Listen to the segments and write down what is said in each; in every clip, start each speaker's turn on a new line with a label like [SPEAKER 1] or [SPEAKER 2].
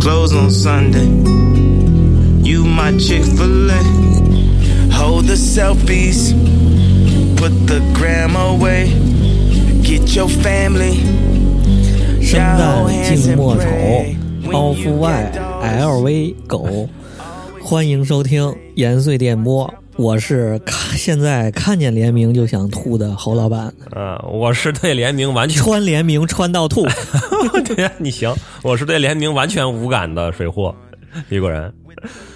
[SPEAKER 1] close on Sunday. You my Chick fil A. Hold the selfies, put the gram away. Get your family.
[SPEAKER 2] 生
[SPEAKER 1] Y'all
[SPEAKER 2] 旦
[SPEAKER 1] hands
[SPEAKER 2] 静
[SPEAKER 1] and
[SPEAKER 2] 默
[SPEAKER 1] pray.
[SPEAKER 2] 丑，
[SPEAKER 1] When
[SPEAKER 2] 包
[SPEAKER 1] you
[SPEAKER 2] 夫外
[SPEAKER 1] get dogs,
[SPEAKER 2] LV 狗，欢迎收听延绥电波，我是看现在看见联名就想吐的侯老板，
[SPEAKER 3] 嗯，我是对联名完全，
[SPEAKER 2] 穿联名穿到 吐，
[SPEAKER 3] 对呀，你行，我是对联名完全无感的水货李果然。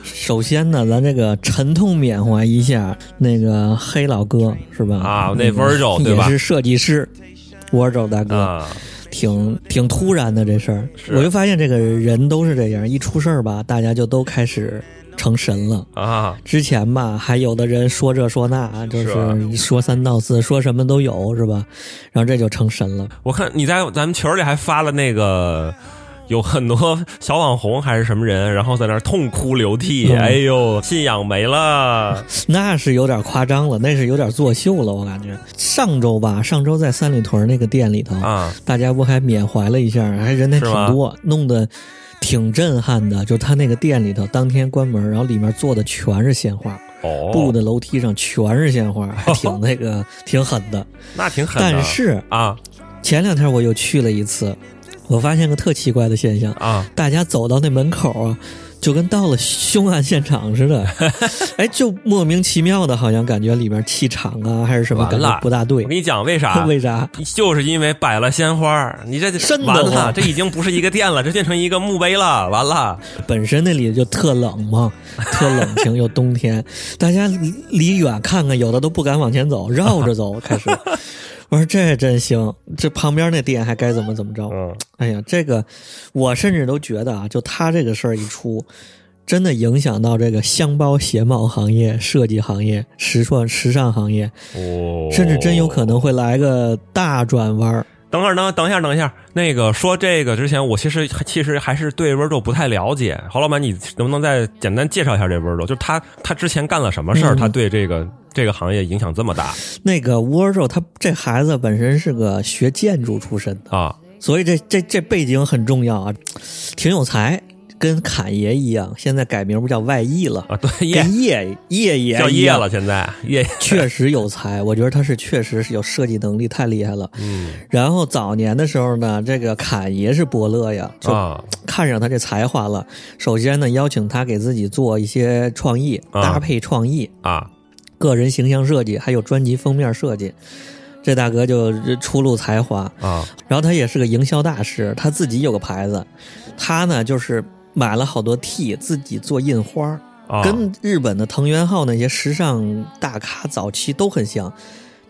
[SPEAKER 2] 首先呢，咱这个沉痛缅怀一下那个黑老哥是吧？
[SPEAKER 3] 啊
[SPEAKER 2] 那
[SPEAKER 3] 那 Virgil，
[SPEAKER 2] 个
[SPEAKER 3] 对吧
[SPEAKER 2] 也是设计师，Virgil 大哥，
[SPEAKER 3] 啊，
[SPEAKER 2] 挺挺突然的这事儿。
[SPEAKER 3] 是
[SPEAKER 2] 我就发现这个人都是这样，一出事儿吧，大家就都开始成神了。
[SPEAKER 3] 啊，
[SPEAKER 2] 之前吧，还有的人说这说那，就是
[SPEAKER 3] 啊
[SPEAKER 2] 是说三道四，说什么都有，是吧？然后这就成神了。
[SPEAKER 3] 我看你在咱们群里还发了那个。有很多小网红还是什么人，然后在那儿痛哭流涕，
[SPEAKER 2] 嗯
[SPEAKER 3] 哎呦，信仰没了，
[SPEAKER 2] 那是有点夸张了，那是有点作秀了，我感觉。上周吧，上周在三里屯那个店里头，
[SPEAKER 3] 啊，
[SPEAKER 2] 大家不还缅怀了一下，还人还挺多，弄得挺震撼的。就他那个店里头，当天关门，然后里面坐的全是鲜花，
[SPEAKER 3] 哦，
[SPEAKER 2] 布的楼梯上全是鲜 花，还挺那个挺狠的。啊
[SPEAKER 3] 那挺狠的，
[SPEAKER 2] 但是
[SPEAKER 3] 啊
[SPEAKER 2] 前两天我又去了一次，我发现个特奇怪的现象，
[SPEAKER 3] 啊，
[SPEAKER 2] 大家走到那门口啊，就跟到了凶案现场似 的，哎，就莫名其妙的，好像感觉里面气场啊还是什么
[SPEAKER 3] 完
[SPEAKER 2] 感
[SPEAKER 3] 了
[SPEAKER 2] 觉不大对
[SPEAKER 3] 我跟。你讲啊为啥？
[SPEAKER 2] 为啥？
[SPEAKER 3] 就是因为摆了鲜花，你这
[SPEAKER 2] 瘆得
[SPEAKER 3] 完了，
[SPEAKER 2] 慌
[SPEAKER 3] 这已经不是一个店了，这变成一个墓碑了，完了，
[SPEAKER 2] 本身那里就特冷嘛，特冷清又冬 天，大家离离远看看，有的都不敢往前走，绕着走开 始。我说这真行，这旁边那店还该怎么怎么着？
[SPEAKER 3] 嗯，
[SPEAKER 2] 哎呀，这个我甚至都觉得啊，就他这个事儿一出，真的影响到这个箱包、鞋帽行业、设计行业、时尚时尚行业，
[SPEAKER 3] 哦
[SPEAKER 2] 甚至真有可能会来个大转弯儿。
[SPEAKER 3] 等会儿，等等一下，等一下。那个说这个之前，我其实其实还是对 Virgil 不太了解。侯老板，你能不能再简单介绍一下这 Virgil？就是他他之前干了什么事儿，
[SPEAKER 2] 嗯
[SPEAKER 3] 他对这个这个行业影响这么大
[SPEAKER 2] 那个 w a r d o 他这孩子本身是个学建筑出身的。
[SPEAKER 3] 啊？
[SPEAKER 2] 所以这这这背景很重要啊，挺有才，跟侃爷一样，现在改名不叫外溢了，
[SPEAKER 3] 啊，对，叶
[SPEAKER 2] 跟叶叶爷
[SPEAKER 3] 叫
[SPEAKER 2] 一
[SPEAKER 3] 叶
[SPEAKER 2] 样
[SPEAKER 3] 了，，现在叶，
[SPEAKER 2] 确实有才，我觉得他是确实是有设计能力，太厉害了。
[SPEAKER 3] 嗯
[SPEAKER 2] 然后早年的时候呢，这个侃爷是伯乐呀，就
[SPEAKER 3] 啊
[SPEAKER 2] 看上他这才华了。首先呢，邀请他给自己做一些创意，
[SPEAKER 3] 啊
[SPEAKER 2] 搭配创意，
[SPEAKER 3] 啊，
[SPEAKER 2] 个人形象设计，还有专辑封面设计。这大哥就初露才华，
[SPEAKER 3] 啊
[SPEAKER 2] 然后他也是个营销大师，他自己有个牌子，他呢就是买了好多 T，自己做印花儿，
[SPEAKER 3] 啊，
[SPEAKER 2] 跟日本的藤原浩那些时尚大咖早期都很像。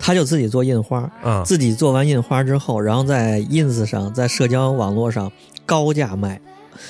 [SPEAKER 2] 他就自己做印花儿，
[SPEAKER 3] 啊
[SPEAKER 2] 自己做完印花之后，然后在 ins 上，在社交网络上高价卖。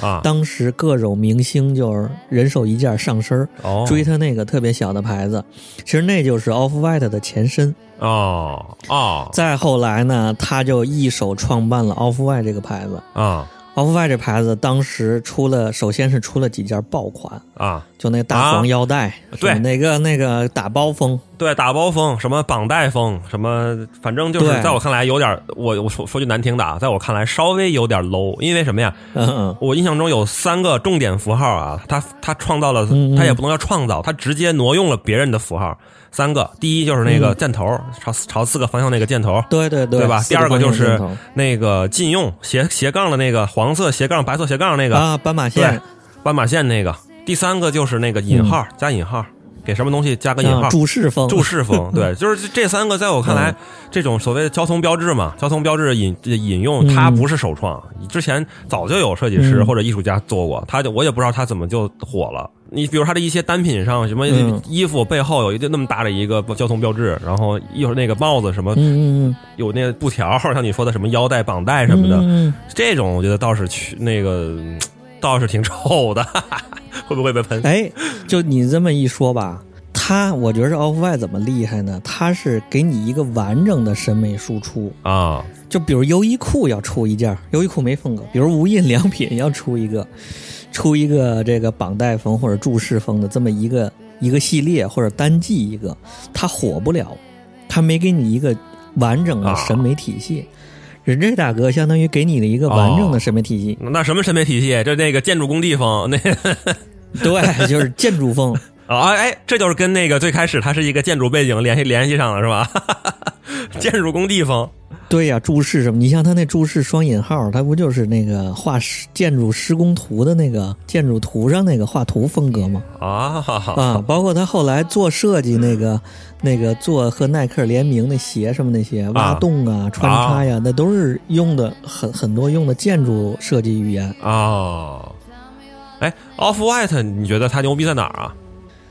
[SPEAKER 3] 啊，
[SPEAKER 2] 当时各种明星就是人手一件上身儿，
[SPEAKER 3] 哦
[SPEAKER 2] 追他那个特别小的牌子，其实那就是 Off White 的前身。
[SPEAKER 3] 哦哦
[SPEAKER 2] 再后来呢，他就一手创办了 Off White 这个牌子。
[SPEAKER 3] 啊
[SPEAKER 2] Off White 这牌子当时出了，首先是出了几件爆款，
[SPEAKER 3] 啊，
[SPEAKER 2] 就那大黄腰带，
[SPEAKER 3] 对
[SPEAKER 2] 什么那个那个打包风，
[SPEAKER 3] 对，打包风，什么绑带风，什么，反正就是
[SPEAKER 2] 对
[SPEAKER 3] 在我看来有点儿，我我说说句难听的啊，在我看来稍微有点 low，因为什么呀？
[SPEAKER 2] 嗯嗯，
[SPEAKER 3] 我印象中有三个重点符号啊，他他创造了
[SPEAKER 2] 嗯嗯，
[SPEAKER 3] 他也不能叫创造，他直接挪用了别人的符号。三个，第一就是那个
[SPEAKER 2] 嗯
[SPEAKER 3] 箭头，朝朝四个方向那个箭头，
[SPEAKER 2] 对对对
[SPEAKER 3] 对吧？
[SPEAKER 2] 四
[SPEAKER 3] 第二个就
[SPEAKER 2] 方
[SPEAKER 3] 是
[SPEAKER 2] 向箭
[SPEAKER 3] 那个禁用斜斜杠的那个黄色斜杠白色斜杠那
[SPEAKER 2] 头
[SPEAKER 3] 个
[SPEAKER 2] 啊，斑马
[SPEAKER 3] 对
[SPEAKER 2] 线，
[SPEAKER 3] 斑马线那个，第三个就是那个引号加引号，给什么东西加个引
[SPEAKER 2] 嗯啊
[SPEAKER 3] 号，
[SPEAKER 2] 注释风，
[SPEAKER 3] 注 释风，对，就是这三个，在我看
[SPEAKER 2] 嗯
[SPEAKER 3] 来，这种所谓的交通标志嘛，交通标志引引用，
[SPEAKER 2] 嗯
[SPEAKER 3] 它不是首创，之前早就有设计师
[SPEAKER 2] 嗯
[SPEAKER 3] 或者艺术家做过，他就我也不知道他怎么就火了。你比如他的一些单品上，什么
[SPEAKER 2] 嗯
[SPEAKER 3] 衣服背后有一个那么大的一个交通标志，然后一会儿那个帽子什么
[SPEAKER 2] 嗯嗯嗯，
[SPEAKER 3] 有那个布条， 像你说的什么腰带、绑带什么的，
[SPEAKER 2] 嗯，嗯
[SPEAKER 3] 这种我觉得倒是去那个嗯倒是挺臭的， 会不会被喷
[SPEAKER 2] 嗯？哎，就你这么一说吧。他，我觉得 Off White 怎么厉害呢？他是给你一个完整的审美输出，
[SPEAKER 3] 啊
[SPEAKER 2] 就比如优衣库要出一件，优衣库没风格；比如无印良品要出一个，出一个这个绑带风或者注释风的这么一个一个系列或者单季一个，它火不了，它没给你一个完整的审美体系。人这大哥相当于给你的一个完整的审美体系，
[SPEAKER 3] 那什么审美体系？就那个建筑工地风，那
[SPEAKER 2] 对，就是建筑风。
[SPEAKER 3] 啊哎，这就是跟那个最开始它是一个建筑背景联系联系上了，是吧？ 建筑工地风，
[SPEAKER 2] 对呀、注释什么？你像他那注释双引号，他不就是那个画施建筑施工图的那个建筑图上那个画图风格吗？
[SPEAKER 3] 啊，
[SPEAKER 2] 啊，包括他后来做设计那个那个做和耐克联名的鞋什么那些挖洞啊、穿插呀，那都是用的很很多用的建筑设计语言。
[SPEAKER 3] 哦，哎，Off White，你觉得它牛逼在哪儿啊？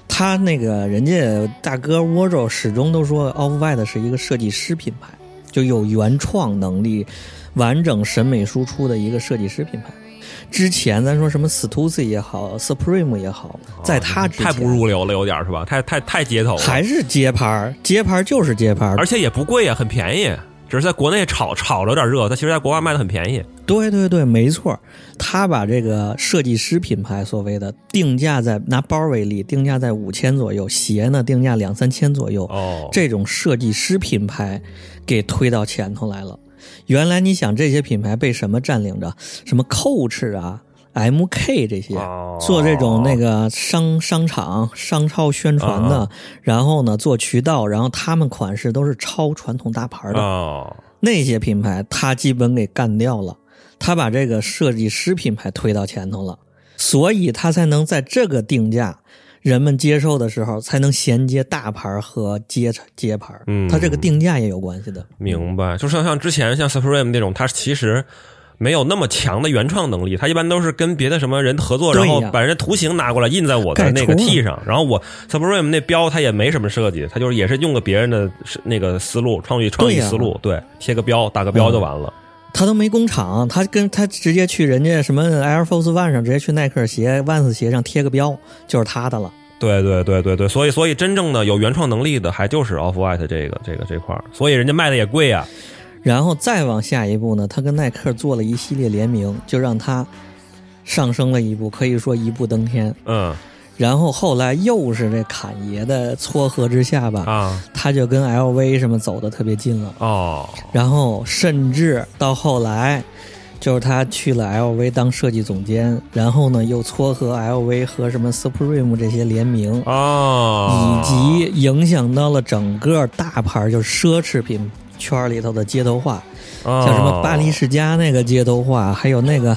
[SPEAKER 2] 他那个人家大哥 w a r o 始终都说 Off White 是一个设计师品牌，就有原创能力、完整审美输出的一个设计师品牌。之前咱说什么 Stussy 也好，Supreme 也好，在他之前
[SPEAKER 3] 哦太不入流了，有点是吧？太太太街头了，
[SPEAKER 2] 还是街牌儿，街牌儿就是街牌儿
[SPEAKER 3] 而，且也不贵啊，很便宜，只是在国内炒炒着有点热，它其实在国外卖的很便宜。
[SPEAKER 2] 对对对，没错儿，他把这个设计师品牌所谓的定价在拿包为例，定价在五千左右，鞋呢定价两三千左右，
[SPEAKER 3] 哦，
[SPEAKER 2] 这种设计师品牌给推到前头来了。原来你想这些品牌被什么占领着？什么 Coach 啊、MK 这些
[SPEAKER 3] 哦
[SPEAKER 2] 做这种那个商商场商超宣传
[SPEAKER 3] 嗯
[SPEAKER 2] 的，然后呢做渠道，然后他们款式都是超传统大牌的。
[SPEAKER 3] 哦，
[SPEAKER 2] 那些品牌他基本给干掉了，他把这个设计师品牌推到前头了，所以他才能在这个定价人们接受的时候，才能衔接大牌儿和街街牌儿。
[SPEAKER 3] 嗯
[SPEAKER 2] 他这个定价也有关系的。
[SPEAKER 3] 明白。就像像之前像 Supreme 那种，它其实没有那么强的原创能力，它一般都是跟别的什么人合作，
[SPEAKER 2] 对
[SPEAKER 3] 然
[SPEAKER 2] 呀
[SPEAKER 3] 后把人家图形拿过来印在我的
[SPEAKER 2] 改
[SPEAKER 3] 那个
[SPEAKER 2] 图
[SPEAKER 3] T 上，然后我 Supreme 那标它也没什么设计，它就是也是用个别人的是那个思路创意创意
[SPEAKER 2] 对呀
[SPEAKER 3] 思路，对，贴个标打个标
[SPEAKER 2] 嗯
[SPEAKER 3] 就完了。
[SPEAKER 2] 他都没工厂，他跟他直接去人家什么 Air Force One 上，直接去耐克鞋、Vans 鞋上贴个标，就是他的了。
[SPEAKER 3] 对对对对对，所以所以真正的有原创能力的，还就是 Off White 这个这个这块儿，所以人家卖的也贵啊。
[SPEAKER 2] 然后再往下一步呢，他跟耐克做了一系列联名，就让他上升了一步，可以说一步登天。
[SPEAKER 3] 嗯
[SPEAKER 2] 然后后来又是这侃爷的撮合之下吧，
[SPEAKER 3] 啊
[SPEAKER 2] 他就跟 LV 什么走的特别近了。
[SPEAKER 3] 哦
[SPEAKER 2] 然后甚至到后来，就是他去了 LV 当设计总监，然后呢又撮合 LV 和什么 Supreme 这些联名，
[SPEAKER 3] 哦，
[SPEAKER 2] 以及影响到了整个大牌就是奢侈品圈里头的街头化，
[SPEAKER 3] 像
[SPEAKER 2] 像什么巴黎世家那个街头化，还有那个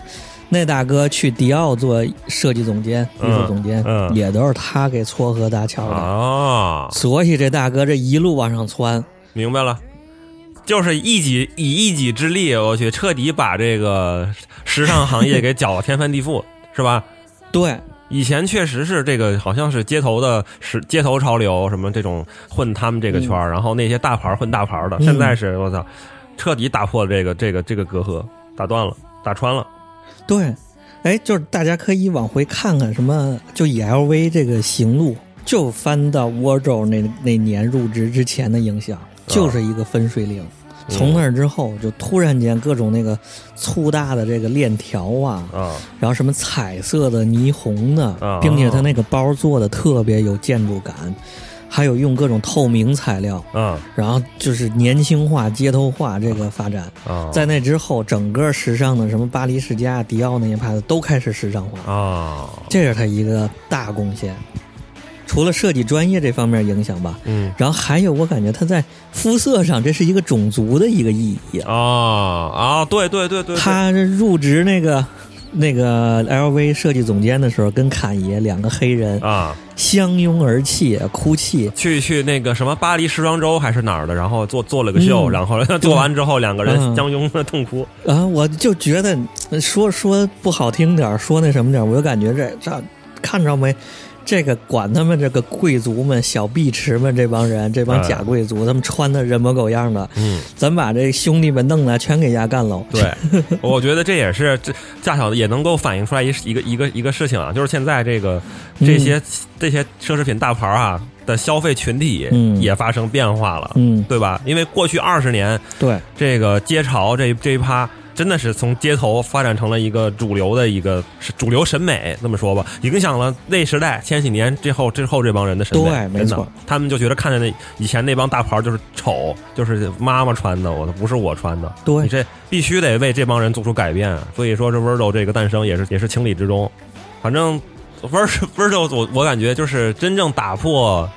[SPEAKER 2] 那大哥去迪奥做设计总监、艺
[SPEAKER 3] 嗯
[SPEAKER 2] 术总监，
[SPEAKER 3] 嗯
[SPEAKER 2] 也都是他给撮合搭桥的。
[SPEAKER 3] 啊，
[SPEAKER 2] 所以这大哥这一路往上窜，
[SPEAKER 3] 明白了。就是一己以一己之力，我去彻底把这个时尚行业给搅得天翻地覆， 是吧？
[SPEAKER 2] 对
[SPEAKER 3] 以前确实是这个，好像是街头的是街头潮流什么这种混他们这个圈儿，然后那些大牌儿混大牌儿的，
[SPEAKER 2] 嗯
[SPEAKER 3] 现在是我操，彻底打破了这个这个这个隔阂，打断了，打穿了。
[SPEAKER 2] 对，哎，就是大家可以往回看看什么，就以 LV 这个行路，就翻到 Wardrobe 那那年入职之前的影
[SPEAKER 3] 啊
[SPEAKER 2] 响，就是一个分水岭。从那儿之后，就突然间各种那个粗大的这个链条啊，
[SPEAKER 3] 啊
[SPEAKER 2] 然后什么彩色的、霓虹
[SPEAKER 3] 啊
[SPEAKER 2] 的，并且它那个包做的特别有建筑感，还有用各种透明材料，
[SPEAKER 3] 啊
[SPEAKER 2] 然后就是年轻化、街头化这个发展。
[SPEAKER 3] 啊！
[SPEAKER 2] 在那之后，整个时尚的什么巴黎世家、迪奥那些牌子都开始时尚化，
[SPEAKER 3] 啊，
[SPEAKER 2] 这是他一个大贡献。除了设计专业这方面影响吧，
[SPEAKER 3] 嗯
[SPEAKER 2] 然后还有我感觉他在肤色上，这是一个种族的一个意义。
[SPEAKER 3] 啊啊，对对对对，对
[SPEAKER 2] 他入职那个那个 LV 设计总监的时候，跟侃爷两个黑人
[SPEAKER 3] 啊，
[SPEAKER 2] 相拥而泣，哭泣。
[SPEAKER 3] 去去那个什么巴黎时装周还是哪儿的，然后做做了个秀，
[SPEAKER 2] 嗯
[SPEAKER 3] 然后 做完之后两个人
[SPEAKER 2] 嗯
[SPEAKER 3] 相拥的痛哭。
[SPEAKER 2] 啊，我就觉得呃说说不好听点儿，说那什么点儿，我就感觉这这看着没，这个管他们这个贵族们、小碧池们这帮人，这帮
[SPEAKER 3] 哎
[SPEAKER 2] 假贵族，他们穿的人模狗样的，
[SPEAKER 3] 嗯，
[SPEAKER 2] 咱把这兄弟们弄来全给压干喽。
[SPEAKER 3] 对，我觉得这也是这恰巧也能够反映出来一一个一个一个事情啊，就是现在这个这些、
[SPEAKER 2] 嗯
[SPEAKER 3] 这些奢侈品大牌啊的消费群体
[SPEAKER 2] 嗯
[SPEAKER 3] 也发生变化了，
[SPEAKER 2] 嗯，
[SPEAKER 3] 对吧？因为过去二十年
[SPEAKER 2] 对，
[SPEAKER 3] 这个街潮这一这一趴。真的是从街头发展成了一个主流的一个是主流审美，这么说吧，影响了那时代千禧年之后之后这帮人的审美。
[SPEAKER 2] 对没
[SPEAKER 3] 真的
[SPEAKER 2] 错，
[SPEAKER 3] 他们就觉得看见那以前那帮大牌就是丑，就是妈妈穿的，我的不是我穿的。
[SPEAKER 2] 对
[SPEAKER 3] 你这必须得为这帮人做出改变。所以说，这 Virgil 这个诞生也是也是情理之中。反正 Virgil Virgil，我我感觉就是真正打破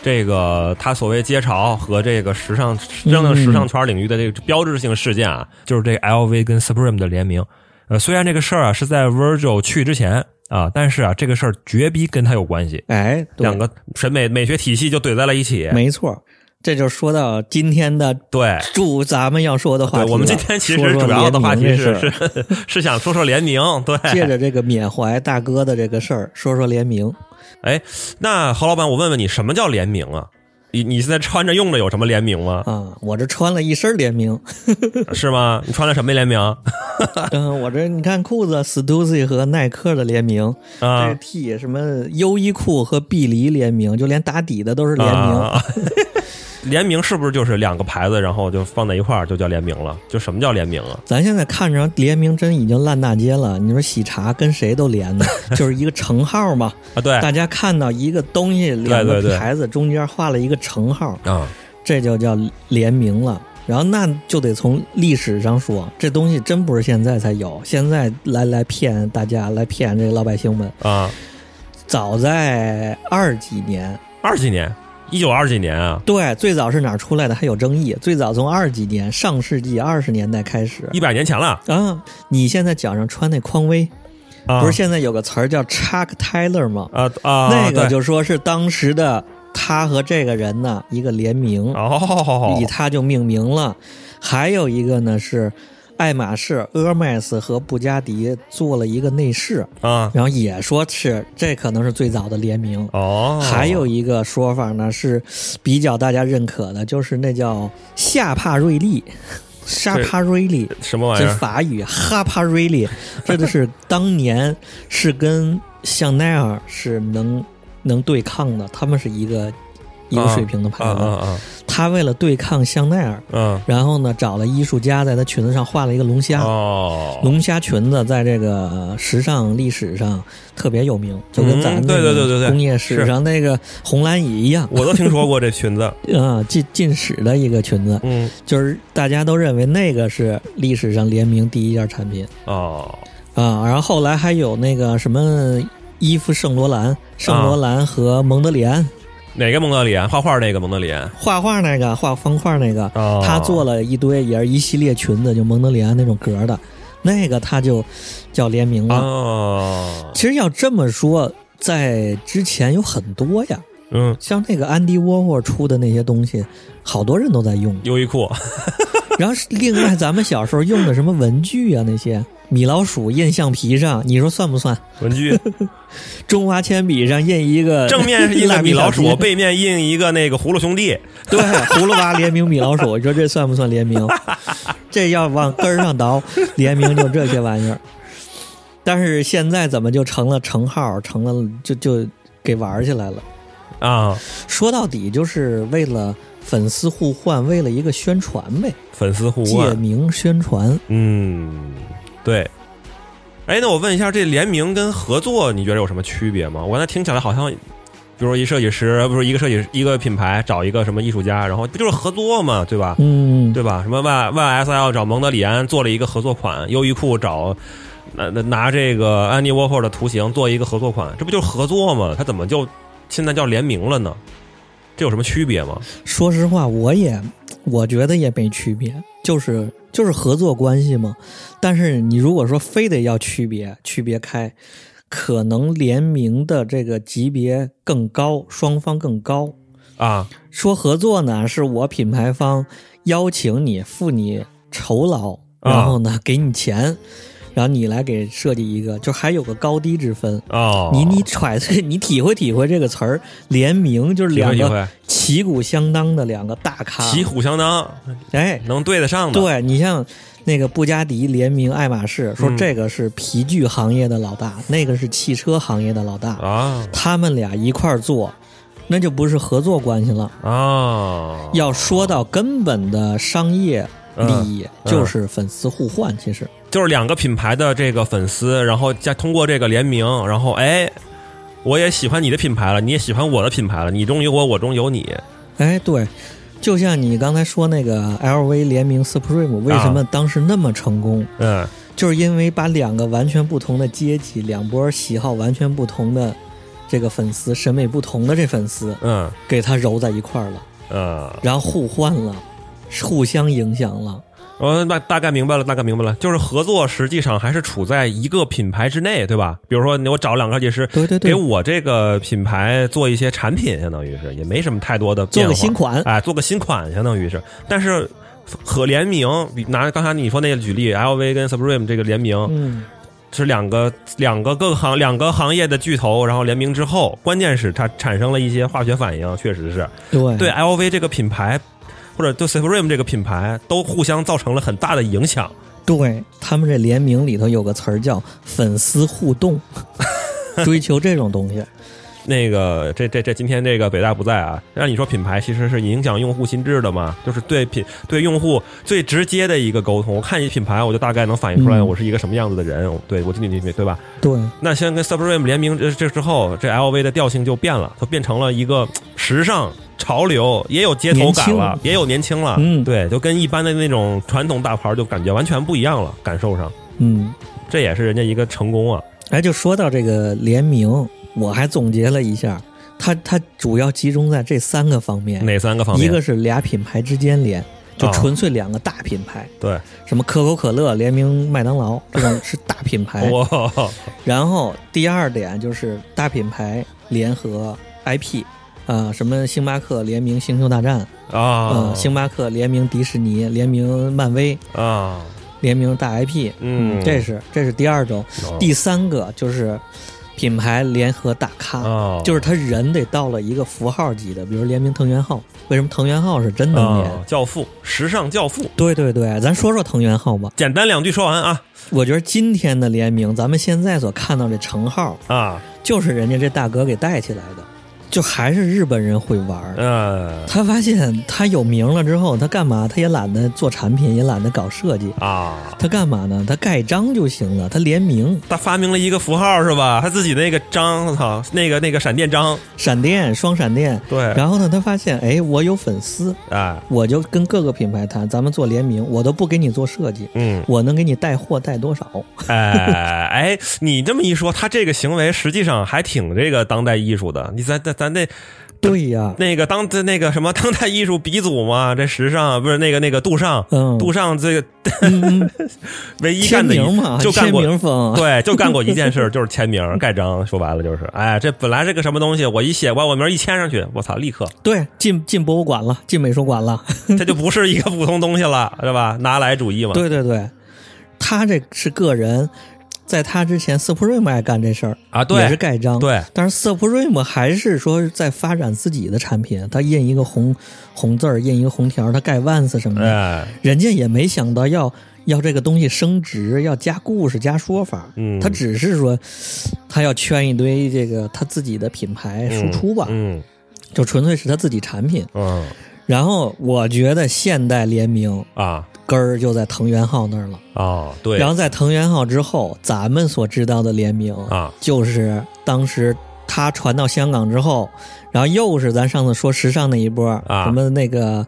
[SPEAKER 3] 这个他所谓街潮和这个时尚真正的时
[SPEAKER 2] 嗯
[SPEAKER 3] 尚圈领域的这个标志性事件啊，就是这个 LV 跟 Supreme 的联名。呃，虽然这个事儿啊是在 Virgil 去之前啊，但是啊这个事儿绝逼跟他有关系。
[SPEAKER 2] 哎，对
[SPEAKER 3] 两个审美美学体系就怼在了一起。
[SPEAKER 2] 没错，这就说到今天的
[SPEAKER 3] 对，
[SPEAKER 2] 主咱们要说的话
[SPEAKER 3] 对
[SPEAKER 2] 题了。
[SPEAKER 3] 我们今天其
[SPEAKER 2] 说
[SPEAKER 3] 实
[SPEAKER 2] 说
[SPEAKER 3] 主要的话题
[SPEAKER 2] 联名
[SPEAKER 3] 是
[SPEAKER 2] 这事儿
[SPEAKER 3] 是是想说说联名。对，
[SPEAKER 2] 借着这个缅怀大哥的这个事儿，说说联名。
[SPEAKER 3] 哎，那侯老板，我问问你，什么叫联名啊？你你现在穿着用着有什么联名吗？
[SPEAKER 2] 啊，我这穿了一身联名，
[SPEAKER 3] 是吗？你穿了什么联名啊？
[SPEAKER 2] 嗯，我这你看裤子，Stussy 和耐克的联名，
[SPEAKER 3] 啊
[SPEAKER 2] 这 T 什么优衣库和碧梨联名，就连打底的都是联名。
[SPEAKER 3] 啊 联名是不是就是两个牌子，然后就放在一块儿就叫联名了？就什么叫联名啊？
[SPEAKER 2] 咱现在看着联名真已经烂大街了，你说喜茶跟谁都连 呢，就是一个乘号嘛。
[SPEAKER 3] 啊，对
[SPEAKER 2] 大家看到一个东西两
[SPEAKER 3] 对
[SPEAKER 2] 个
[SPEAKER 3] 对对
[SPEAKER 2] 牌子中间画了一个乘号，
[SPEAKER 3] 啊，
[SPEAKER 2] 这就叫联名了。然后那就得从历史上说，这东西真不是现在才有，现在来来骗大家，来骗这个老百姓们。
[SPEAKER 3] 啊，
[SPEAKER 2] 早在二几年，
[SPEAKER 3] 二几年，一九二几年啊，
[SPEAKER 2] 对，最早是哪儿出来的还有争议。最早从二几年，上世纪二十年代开始
[SPEAKER 3] 一百年前了
[SPEAKER 2] 啊。你现在脚上穿那匡威，
[SPEAKER 3] 啊，
[SPEAKER 2] 不是现在有个词儿叫 Chuck Taylor 吗？
[SPEAKER 3] 啊啊，
[SPEAKER 2] 那
[SPEAKER 3] 对
[SPEAKER 2] 个就说是当时的他和这个人呢一个联名，
[SPEAKER 3] 哦
[SPEAKER 2] 以，他就命名了。还有一个呢是爱马仕、阿麦斯和布加迪做了一个内饰，
[SPEAKER 3] 啊，
[SPEAKER 2] 然后也说是这可能是最早的联名。
[SPEAKER 3] 哦，
[SPEAKER 2] 还有一个说法呢，是比较大家认可的，就是那叫夏帕瑞利，沙帕瑞利，
[SPEAKER 3] 什么玩意
[SPEAKER 2] 这
[SPEAKER 3] 儿？啊
[SPEAKER 2] 法语哈帕瑞利，这就是当年是跟香奈儿是能能对抗的，他们是一个一个水平的牌
[SPEAKER 3] 啊
[SPEAKER 2] 子。
[SPEAKER 3] 啊
[SPEAKER 2] 他为了对抗香奈儿，
[SPEAKER 3] 啊，嗯，
[SPEAKER 2] 然后呢找了艺术家在他裙子上画了一个龙虾。
[SPEAKER 3] 哦，
[SPEAKER 2] 龙虾裙子在这个呃时尚历史上特别有名，就跟咱
[SPEAKER 3] 嗯
[SPEAKER 2] 们
[SPEAKER 3] 对对对对对
[SPEAKER 2] 工业史上那个红蓝蚁一样
[SPEAKER 3] 我都听说过这裙子，
[SPEAKER 2] 啊，近近史的一个裙子，
[SPEAKER 3] 嗯，
[SPEAKER 2] 就是大家都认为那个是历史上联名第一件产品
[SPEAKER 3] 哦，
[SPEAKER 2] 啊。然后后来还有那个什么伊芙圣罗兰、圣罗
[SPEAKER 3] 啊
[SPEAKER 2] 兰和蒙德里安
[SPEAKER 3] 哪个蒙德里安？画画那个蒙德里安？
[SPEAKER 2] 画画那个画方块那个，
[SPEAKER 3] 哦，
[SPEAKER 2] 他做了一堆也是一系列裙子，就蒙德里安那种格的，那个他就叫联名了。
[SPEAKER 3] 啊哦，
[SPEAKER 2] 其实要这么说，在之前有很多呀，
[SPEAKER 3] 嗯，。
[SPEAKER 2] 像那个安迪沃霍出的那些东西，好多人都在用
[SPEAKER 3] 优衣库，
[SPEAKER 2] 然后是另外，咱们小时候用的什么文具啊，那些米老鼠印橡皮上，你说算不算？
[SPEAKER 3] 文具，
[SPEAKER 2] 中华铅笔上印一个
[SPEAKER 3] 正面印
[SPEAKER 2] 蜡
[SPEAKER 3] 个
[SPEAKER 2] 笔
[SPEAKER 3] 米老鼠，
[SPEAKER 2] 小新
[SPEAKER 3] 背面印一个那个葫芦兄弟，
[SPEAKER 2] 对， 葫芦娃联名米老鼠，你说这算不算联名？这要往根儿上倒，联名就这些玩意儿。但是现在怎么就成了乘号，成了就就给玩儿起来了？
[SPEAKER 3] 啊，
[SPEAKER 2] 说到底就是为了粉丝互换，为了一个宣传呗，
[SPEAKER 3] 粉丝互
[SPEAKER 2] 借
[SPEAKER 3] 换，
[SPEAKER 2] 名宣传。
[SPEAKER 3] 嗯，对。哎，那我问一下，这联名跟合作，你觉得有什么区别吗？我刚才听起来好像，比如说一设计师，不是一个设计师，一个品牌找一个什么艺术家，然后不就是合作嘛，对吧？
[SPEAKER 2] 嗯，
[SPEAKER 3] 对吧？什么 Y Y S L 找蒙德里安做了一个合作款，优衣库找拿拿拿这个安妮沃霍的图形做一个合作款，这不就是合作吗？它怎么就现在叫联名了呢？这有什么区别吗？
[SPEAKER 2] 说实话，我也我觉得也没区别，就是就是合作关系嘛。但是你如果说非得要区别区别开，可能联名的这个级别更高，双方更高。
[SPEAKER 3] 啊，
[SPEAKER 2] 说合作呢，是我品牌方邀请你，付你酬劳，
[SPEAKER 3] 啊
[SPEAKER 2] 然后呢、给你钱，然后你来给设计一个，就还有个高低之分。
[SPEAKER 3] 哦，
[SPEAKER 2] 你你揣 测，你体会体会这个词儿，联名就是
[SPEAKER 3] 体
[SPEAKER 2] 两
[SPEAKER 3] 会体
[SPEAKER 2] 个
[SPEAKER 3] 会，
[SPEAKER 2] 旗鼓相当的两个大咖，
[SPEAKER 3] 旗鼓相当，
[SPEAKER 2] 哎，
[SPEAKER 3] 能对得上的。
[SPEAKER 2] 对你像那个布加迪联名爱马仕，说
[SPEAKER 3] 嗯
[SPEAKER 2] 这个是皮具行业的老大，那个是汽车行业的老大，
[SPEAKER 3] 啊
[SPEAKER 2] 他们俩一块儿做，那
[SPEAKER 3] 哦
[SPEAKER 2] 就不是合作关系了。
[SPEAKER 3] 啊，
[SPEAKER 2] 要说到根本的商业利益，
[SPEAKER 3] 嗯
[SPEAKER 2] 就是粉丝互换。其实
[SPEAKER 3] 就是两个品牌的这个粉丝，然后加通过这个联名，然后哎，我也喜欢你的品牌了，你也喜欢我的品牌了，你中有我，我中有你，
[SPEAKER 2] 哎，对，就像你刚才说那个 LV 联名 Supreme
[SPEAKER 3] 啊
[SPEAKER 2] 为什么当时那么成功，
[SPEAKER 3] 嗯
[SPEAKER 2] 就是因为把两个完全不同的阶级、两波喜好完全不同的这个粉丝、审美不同的这粉丝
[SPEAKER 3] 嗯
[SPEAKER 2] 给它揉在一块儿了，
[SPEAKER 3] 嗯，
[SPEAKER 2] 然后互换了，互相影响了。
[SPEAKER 3] 我那大概明白了，大概明白了，就是合作实际上还是处在一个品牌之内，对吧？比如说我找两个设计师。
[SPEAKER 2] 对对对
[SPEAKER 3] 给，我这个品牌做一些产品，相当于是也没什么太多的
[SPEAKER 2] 做
[SPEAKER 3] 变化。
[SPEAKER 2] 个新款，
[SPEAKER 3] 哎，做个新款相当于是，但是和联名，比拿刚才你说那个举例，LV 跟 Supreme 这个联名，
[SPEAKER 2] 嗯，
[SPEAKER 3] 是两个两个各行两个行业的巨头，然后联名之后，关键是它产生了一些化学反应，确实是
[SPEAKER 2] 对
[SPEAKER 3] 对 LV 这个品牌，或者对 Supreme 这个品牌，都互相造成了很大的影响。
[SPEAKER 2] 对，他们这联名里头有个词儿叫粉丝互动，追求这种东西。
[SPEAKER 3] 那个，这这这，今天这个北大不在啊。让你说品牌其实是影响用户心智的嘛，就是对品对用户最直接的一个沟通。我看你品牌，我就大概能反映出来
[SPEAKER 2] 嗯
[SPEAKER 3] 我是一个什么样子的人。对我对你对吧？
[SPEAKER 2] 对，
[SPEAKER 3] 那先跟 Supreme 联名这这之后，这 LV 的调性就变了，它变成了一个嘖时尚潮流，也有街头感了
[SPEAKER 2] 年轻，
[SPEAKER 3] 也有年轻了。
[SPEAKER 2] 嗯
[SPEAKER 3] 对，就跟一般的那种传统大牌就感觉完全不一样了，感受上，
[SPEAKER 2] 嗯，
[SPEAKER 3] 这也是人家一个成功啊。
[SPEAKER 2] 哎，就说到这个联名，我还总结了一下，它它主要集中在这三个方面，
[SPEAKER 3] 哪三个方面？
[SPEAKER 2] 一个是俩品牌之间联，就
[SPEAKER 3] 啊
[SPEAKER 2] 纯粹两个大品牌，
[SPEAKER 3] 对，
[SPEAKER 2] 什么可口可乐联名麦当劳这 种是大品牌。
[SPEAKER 3] 哇，
[SPEAKER 2] 然后第二点就是大品牌联合 IP，啊、什么星巴克联名星球大战，
[SPEAKER 3] 啊，
[SPEAKER 2] 嗯，星巴克联名迪士尼，联名漫威，
[SPEAKER 3] 啊，
[SPEAKER 2] 联名大 IP，
[SPEAKER 3] 嗯哦
[SPEAKER 2] 这是这是第二种，第三个就是品牌联合大咖，
[SPEAKER 3] 啊，
[SPEAKER 2] 就是他人得到了一个符号级的，比如联名藤原浩，为什么藤原浩是真能联？
[SPEAKER 3] 啊，教父，时尚教父。
[SPEAKER 2] 对对对，咱说说藤原浩吧。
[SPEAKER 3] 简单两句说完啊
[SPEAKER 2] 我觉得今天的联名，咱们现在所看到这称号，
[SPEAKER 3] 啊，
[SPEAKER 2] 就是人家这大哥给带起来的，就还是日本人会玩儿。
[SPEAKER 3] 呃
[SPEAKER 2] 他发现他有名了之后，他干嘛？他也懒得做产品，也懒得搞设计，
[SPEAKER 3] 啊，
[SPEAKER 2] 他干嘛呢？他盖章就行了，他联名、
[SPEAKER 3] 他发明了一个符号是吧？他自己那个章，我操，那个那个闪电章，
[SPEAKER 2] 闪电、双闪电。
[SPEAKER 3] 对，
[SPEAKER 2] 然后呢，他发现，哎，我有粉丝，
[SPEAKER 3] 哎，
[SPEAKER 2] 我就跟各个品牌谈，咱们做联名，我都不给你做设计，
[SPEAKER 3] 嗯，
[SPEAKER 2] 我能给你带货带多少？
[SPEAKER 3] 哎 哎，你这么一说，他这个行为实际上还挺这个当代艺术的。你咱咱咱那
[SPEAKER 2] 对呀，
[SPEAKER 3] 那个当那个什么当代艺术鼻祖嘛，这时尚不是那个那个杜尚，
[SPEAKER 2] 嗯
[SPEAKER 3] 杜尚这个唯一
[SPEAKER 2] 签
[SPEAKER 3] 干的一
[SPEAKER 2] 名嘛，
[SPEAKER 3] 就干
[SPEAKER 2] 签
[SPEAKER 3] 过
[SPEAKER 2] 名风，
[SPEAKER 3] 对，就干过一件事儿，就是签名盖章。说白了就是，哎，这本来是个什么东西，我一写把我名儿一签上去，我操，立刻
[SPEAKER 2] 对进进博物馆了，进美术馆了，
[SPEAKER 3] 这就不是一个普通东西了，是吧？拿来主义嘛。
[SPEAKER 2] 对对对，他这是个人，在他之前，Supreme 爱干这事儿
[SPEAKER 3] 啊对
[SPEAKER 2] 也是盖章，
[SPEAKER 3] 对
[SPEAKER 2] 但是 Supreme 还是说在发展自己的产品，他印一个红红字儿，印一个红条儿，他盖 Vans 什么的，
[SPEAKER 3] 哎，
[SPEAKER 2] 人家也没想到要要这个东西升值，要加故事、加说法，
[SPEAKER 3] 嗯
[SPEAKER 2] 他只是说他要圈一堆这个他自己的品牌输出吧，
[SPEAKER 3] 嗯
[SPEAKER 2] 就纯粹是他自己产品。
[SPEAKER 3] 嗯
[SPEAKER 2] 然后我觉得现代联名
[SPEAKER 3] 啊
[SPEAKER 2] 根儿就在藤原浩那儿了。
[SPEAKER 3] 啊，对，
[SPEAKER 2] 然后在藤原浩之后，咱们所知道的联名
[SPEAKER 3] 啊，
[SPEAKER 2] 就是当时他传到香港之后，然后又是咱上次说时尚那一波，
[SPEAKER 3] 啊
[SPEAKER 2] 什么那个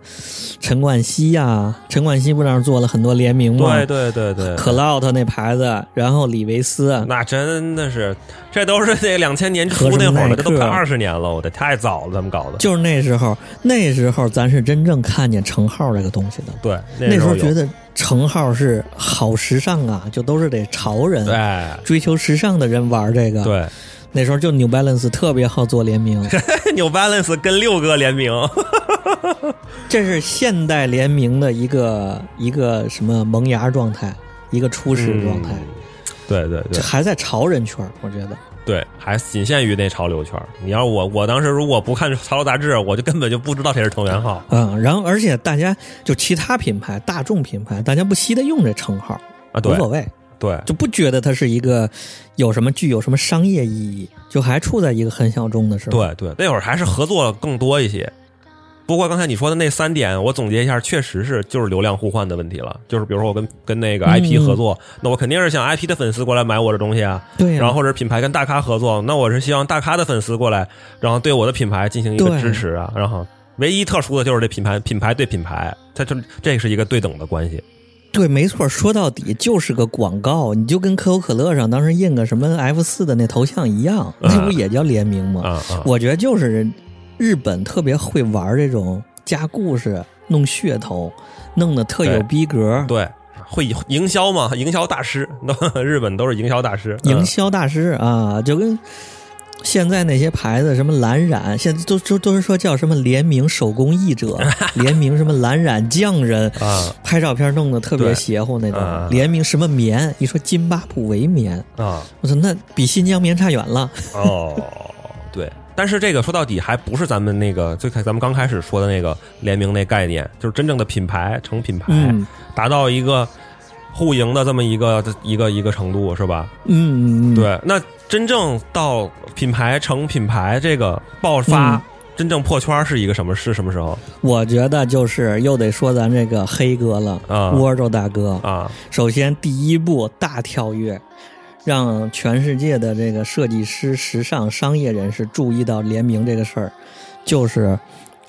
[SPEAKER 2] 陈冠希呀、陈冠希不当时做了很多联名吗？
[SPEAKER 3] 对对对对，
[SPEAKER 2] c l o u d 那牌子，然后李维斯，
[SPEAKER 3] 那真的是，这都是那两千年初那会儿了，这都快二十年了，我的太早了，他们搞的。
[SPEAKER 2] 啊就是那时候，那时候咱是真正看见程号这个东西的。
[SPEAKER 3] 对，
[SPEAKER 2] 那
[SPEAKER 3] 时
[SPEAKER 2] 时候
[SPEAKER 3] 有
[SPEAKER 2] 觉，得程号是好时尚啊，就都是得潮人。
[SPEAKER 3] 哎，
[SPEAKER 2] 追求时尚的人玩这个，，
[SPEAKER 3] 对
[SPEAKER 2] 那时候就 New Balance 特别好做联 名，
[SPEAKER 3] ，New Balance 跟六哥联名，
[SPEAKER 2] 这是现代联名的一个一个什么萌芽状态，一个初始状态，
[SPEAKER 3] 嗯对对
[SPEAKER 2] 这
[SPEAKER 3] 对
[SPEAKER 2] 还在潮人圈儿，我觉得
[SPEAKER 3] 对，还仅限于那潮流圈儿。你要我，我当时如果不看潮流杂志，我就根本就不知道谁是藤原浩
[SPEAKER 2] 嗯，然后而且大家就其他品牌、大众品牌，大家不惜的用这称号，
[SPEAKER 3] 啊。
[SPEAKER 2] 无
[SPEAKER 3] 对
[SPEAKER 2] 所谓，
[SPEAKER 3] 对，
[SPEAKER 2] 就不觉得它是一个有什么具有什么商业意义，就还处在一个很小众的时候。
[SPEAKER 3] 对对，那会儿还是合作更多一些，不过刚才你说的那三点，我总结一下，确实是就是流量互换的问题了。就是比如说我跟跟那
[SPEAKER 2] 嗯
[SPEAKER 3] 个 IP 合作，那我肯定是想 IP 的粉丝过来买我的东西啊。
[SPEAKER 2] 对呀
[SPEAKER 3] 然后或者品牌跟大咖合作，那我是希望大咖的粉丝过来，然后对我的品牌进行一个
[SPEAKER 2] 对
[SPEAKER 3] 支持啊。然后唯一特殊的就是这品牌品牌对品牌，它就这是一个对等的关系。
[SPEAKER 2] 对，没错，说到底就是个广告，你就跟可口可乐上当时印个什么 F 四的那头像一样，那
[SPEAKER 3] 嗯
[SPEAKER 2] 不也叫联名吗？
[SPEAKER 3] 啊啊！
[SPEAKER 2] 我觉得就是日本特别会玩这种加故事、弄噱头，弄得特有
[SPEAKER 3] 对
[SPEAKER 2] 逼格。
[SPEAKER 3] 嗯对，会营销嘛，营销大师， 日本都是营销大师。嗯
[SPEAKER 2] 营销大师啊，就跟现在那些牌子什么蓝染，现在都都都是说叫什么联名手工艺 者，联名什么蓝染匠人，
[SPEAKER 3] 啊
[SPEAKER 2] 拍照片弄得特别
[SPEAKER 3] 对
[SPEAKER 2] 邪乎那种，
[SPEAKER 3] 啊
[SPEAKER 2] 联名什么棉，一说津巴布韦棉，
[SPEAKER 3] 啊
[SPEAKER 2] 我说那比新疆棉差远了。
[SPEAKER 3] 哦， 对。但是这个说到底还不是咱们那个最开咱们刚开始说的那个联名那概念，就是真正的品牌成品牌，
[SPEAKER 2] 嗯
[SPEAKER 3] 达到一个互赢的这么一个一个一个程度，是吧？
[SPEAKER 2] 嗯，嗯，
[SPEAKER 3] 对，那真正到品牌成品牌这个爆发，
[SPEAKER 2] 嗯
[SPEAKER 3] 真正破圈是一个什么是什么时候
[SPEAKER 2] 我觉得就是又得说咱这个黑哥了，
[SPEAKER 3] 啊
[SPEAKER 2] 沃州大哥
[SPEAKER 3] 啊？
[SPEAKER 2] 首先第一步大跳跃，让全世界的这个设计师、时尚商业人士注意到联名这个事儿，就是